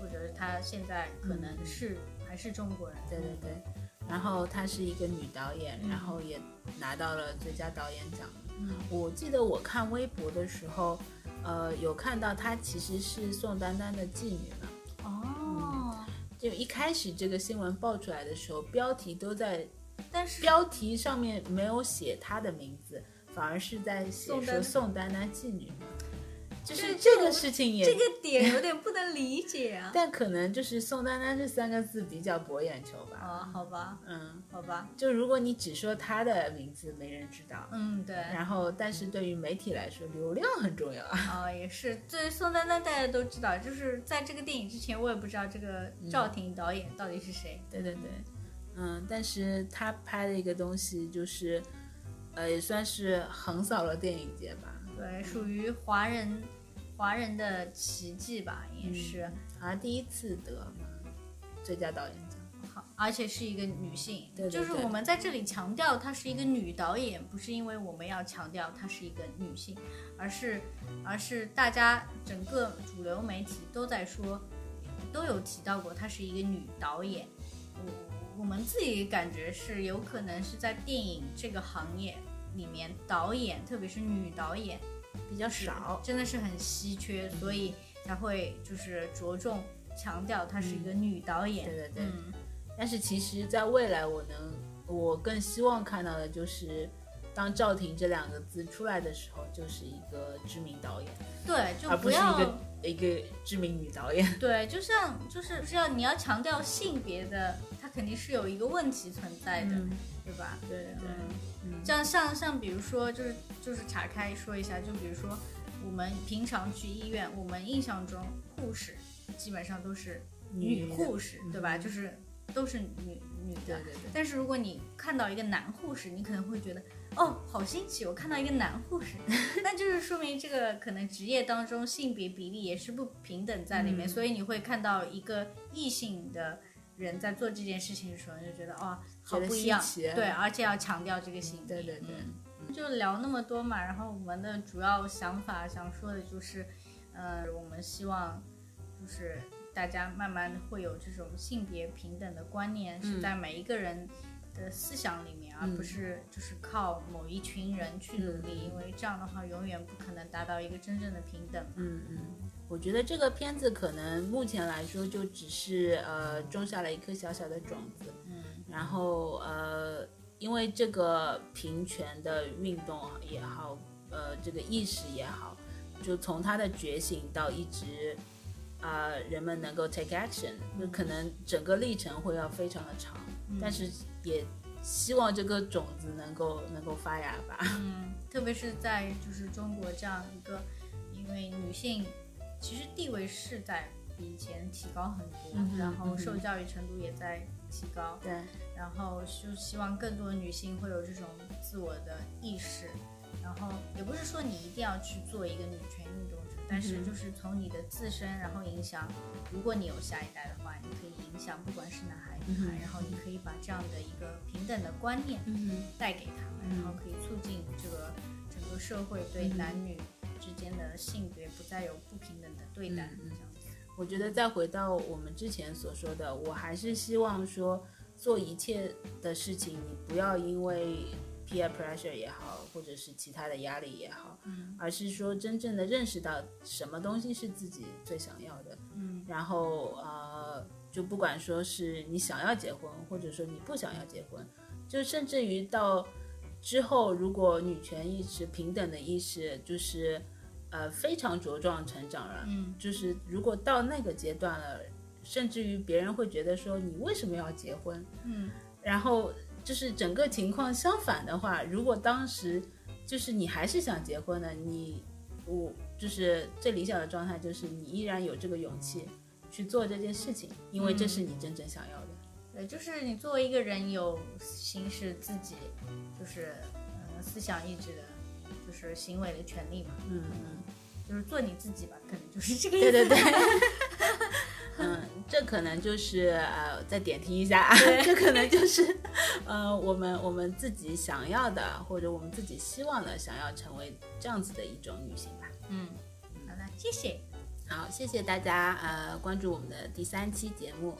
Speaker 5: 或者是他现在可能是、还是中国人。
Speaker 1: 对对对，然后她是一个女导演，
Speaker 5: 嗯
Speaker 1: 然后也拿到了最佳导演奖。
Speaker 5: 嗯
Speaker 1: 我记得我看微博的时候，呃，有看到她其实是宋丹丹的继女嘛。嗯
Speaker 5: 哦，
Speaker 1: 就一开始这个新闻爆出来的时候，标题都在
Speaker 5: 但是
Speaker 1: 标题上面没有写她的名字，反而是在写
Speaker 5: 宋丹
Speaker 1: 说
Speaker 5: 丹
Speaker 1: 宋丹丹继女嘛。就是
Speaker 5: 这
Speaker 1: 这
Speaker 5: 种
Speaker 1: 个事情也，
Speaker 5: 这个点有点不能理解啊。
Speaker 1: 但可能就是宋丹丹这三个字比较博眼球吧。
Speaker 5: 哦，好吧，
Speaker 1: 嗯，
Speaker 5: 好吧，
Speaker 1: 就如果你只说她的名字，没人知道。
Speaker 5: 嗯，对。
Speaker 1: 然后，但是对于媒体来说，流量很重要 啊。
Speaker 5: 哦，也是，对宋丹丹大家都知道，就是在这个电影之前，我也不知道这个
Speaker 1: 嗯
Speaker 5: 赵婷导演到底是谁。
Speaker 1: 对对对，嗯，但是他拍的一个东西就是，呃，也算是横扫了电影界吧。
Speaker 5: 对，属
Speaker 1: 嗯
Speaker 5: 于华人华人的奇迹吧，
Speaker 1: 嗯
Speaker 5: 也是
Speaker 1: 好像第一次得最佳导演奖。
Speaker 5: 好，而且是一个女性。
Speaker 1: 对对
Speaker 5: 就是
Speaker 1: 对
Speaker 5: 我们在这里强调她是一个女导演，不是因为我们要强调她是一个女性，而是而是大家整个主流媒体都在说，都有提到过她是一个女导演。我我们自己感觉是有可能是在电影这个行业里面，导演特别是女导演比较
Speaker 1: 少
Speaker 5: 真的是很稀缺，所以才会就是着重强调她是一个女导演。
Speaker 1: 对对对
Speaker 5: 嗯
Speaker 1: 但是其实，在未来，我能，我更希望看到的就是，当赵婷这两个字出来的时候，就是一个知名导演，
Speaker 5: 对，就
Speaker 1: 而
Speaker 5: 不
Speaker 1: 不是一
Speaker 5: 要
Speaker 1: 个一个知名女导演。
Speaker 5: 对，就像就是这样，你要强调性别的，它肯定是有一个问题存在的，
Speaker 1: 嗯
Speaker 5: 对吧？
Speaker 1: 对对对，
Speaker 5: 嗯，
Speaker 1: 嗯
Speaker 5: 像像像比如说，就是就是岔开说一下，就比如说我们平常去医院，我们印象中护士基本上都是女
Speaker 1: 的
Speaker 5: 护士，
Speaker 1: 嗯
Speaker 5: 对吧？就是都是女女的。
Speaker 1: 对对对。
Speaker 5: 但是如果你看到一个男护士，你可能会觉得，哦，好新奇，我看到一个男护士， 那就是说明这个可能职业当中性别比例也是不平等在里面，
Speaker 1: 嗯
Speaker 5: 所以你会看到一个异性的人在做这件事情的时候，你就觉得哦，好
Speaker 1: 觉得
Speaker 5: 不一
Speaker 1: 稀
Speaker 5: 样，
Speaker 1: 奇
Speaker 5: 对，而且要强调这个性
Speaker 1: 对
Speaker 5: 别，
Speaker 1: 对对
Speaker 5: 嗯就聊那么多嘛，然后我们的主要想法想说的就是，呃，我们希望就是大家慢慢会有这种性别平等的观念，是
Speaker 1: 嗯
Speaker 5: 在每一个人的思想里面，而
Speaker 1: 嗯
Speaker 5: 不是就是靠某一群人去努力，因为这样的话永远不可能达到一个真正的平等。
Speaker 1: 嗯，嗯，我觉得这个片子可能目前来说就只是呃种下了一颗小小的种子，
Speaker 5: 嗯，
Speaker 1: 然后呃，因为这个平权的运动也好，呃，这个意识也好，就从它的觉醒到一直啊、呃人们能够 take action，就可能整个历程会要非常的长，
Speaker 5: 嗯
Speaker 1: 但是也希望这个种子能够能够发芽吧。
Speaker 5: 嗯，特别是在就是中国这样一个，因为女性其实地位是在比以前提高很多，
Speaker 1: 嗯哼
Speaker 5: 然后
Speaker 1: 嗯哼
Speaker 5: 受教育程度也在提高，
Speaker 1: 对，
Speaker 5: 然后就希望更多女性会有这种自我的意识，然后也不是说你一定要去做一个女权运动者，但
Speaker 1: 嗯
Speaker 5: 是就是从你的自身，然后影响，如果你有下一代的话，你可以影响不管是男孩女
Speaker 1: 嗯
Speaker 5: 孩，
Speaker 1: 哼
Speaker 5: 然后你可以把这样的一个平等的观念
Speaker 1: 嗯哼。
Speaker 5: 带给他们，然后可以促进这个整个社会对男女之间的性别不再有不平等的对待，
Speaker 1: 嗯嗯
Speaker 5: 这样子。
Speaker 1: 我觉得再回到我们之前所说的，我还是希望说，做一切的事情，你不要因为 peer pressure 也好，或者是其他的压力也好，
Speaker 5: 嗯
Speaker 1: 而是说真正的认识到什么东西是自己最想要的，
Speaker 5: 嗯
Speaker 1: 然后呃，就不管说是你想要结婚，或者说你不想要结婚，就甚至于到之后，如果女权意识、平等的意识就是呃非常茁壮成长了，
Speaker 5: 嗯
Speaker 1: 就是如果到那个阶段了，甚至于别人会觉得说你为什么要结婚？
Speaker 5: 嗯
Speaker 1: 然后就是整个情况相反的话，如果当时就是你还是想结婚的，你我就是最理想的状态就是你依然有这个勇气去做这件事情，因为这是你真正想要的。
Speaker 5: 对，就是你作为一个人有行使自己就是呃思想意志的，就是行为的权利嘛，
Speaker 1: 嗯，
Speaker 5: 就是做你自己吧，可能就是这个意
Speaker 1: 对
Speaker 5: 思。
Speaker 1: 对对。嗯，这可能就是呃，再点题一下啊， 这可能就是呃，我们我们自己想要的，或者我们自己希望的，想要成为这样子的一种女性吧。
Speaker 5: 嗯，好的，谢谢，
Speaker 1: 好，谢谢大家呃关注我们的第三期节目，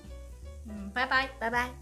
Speaker 5: 嗯，拜拜，
Speaker 1: 拜拜。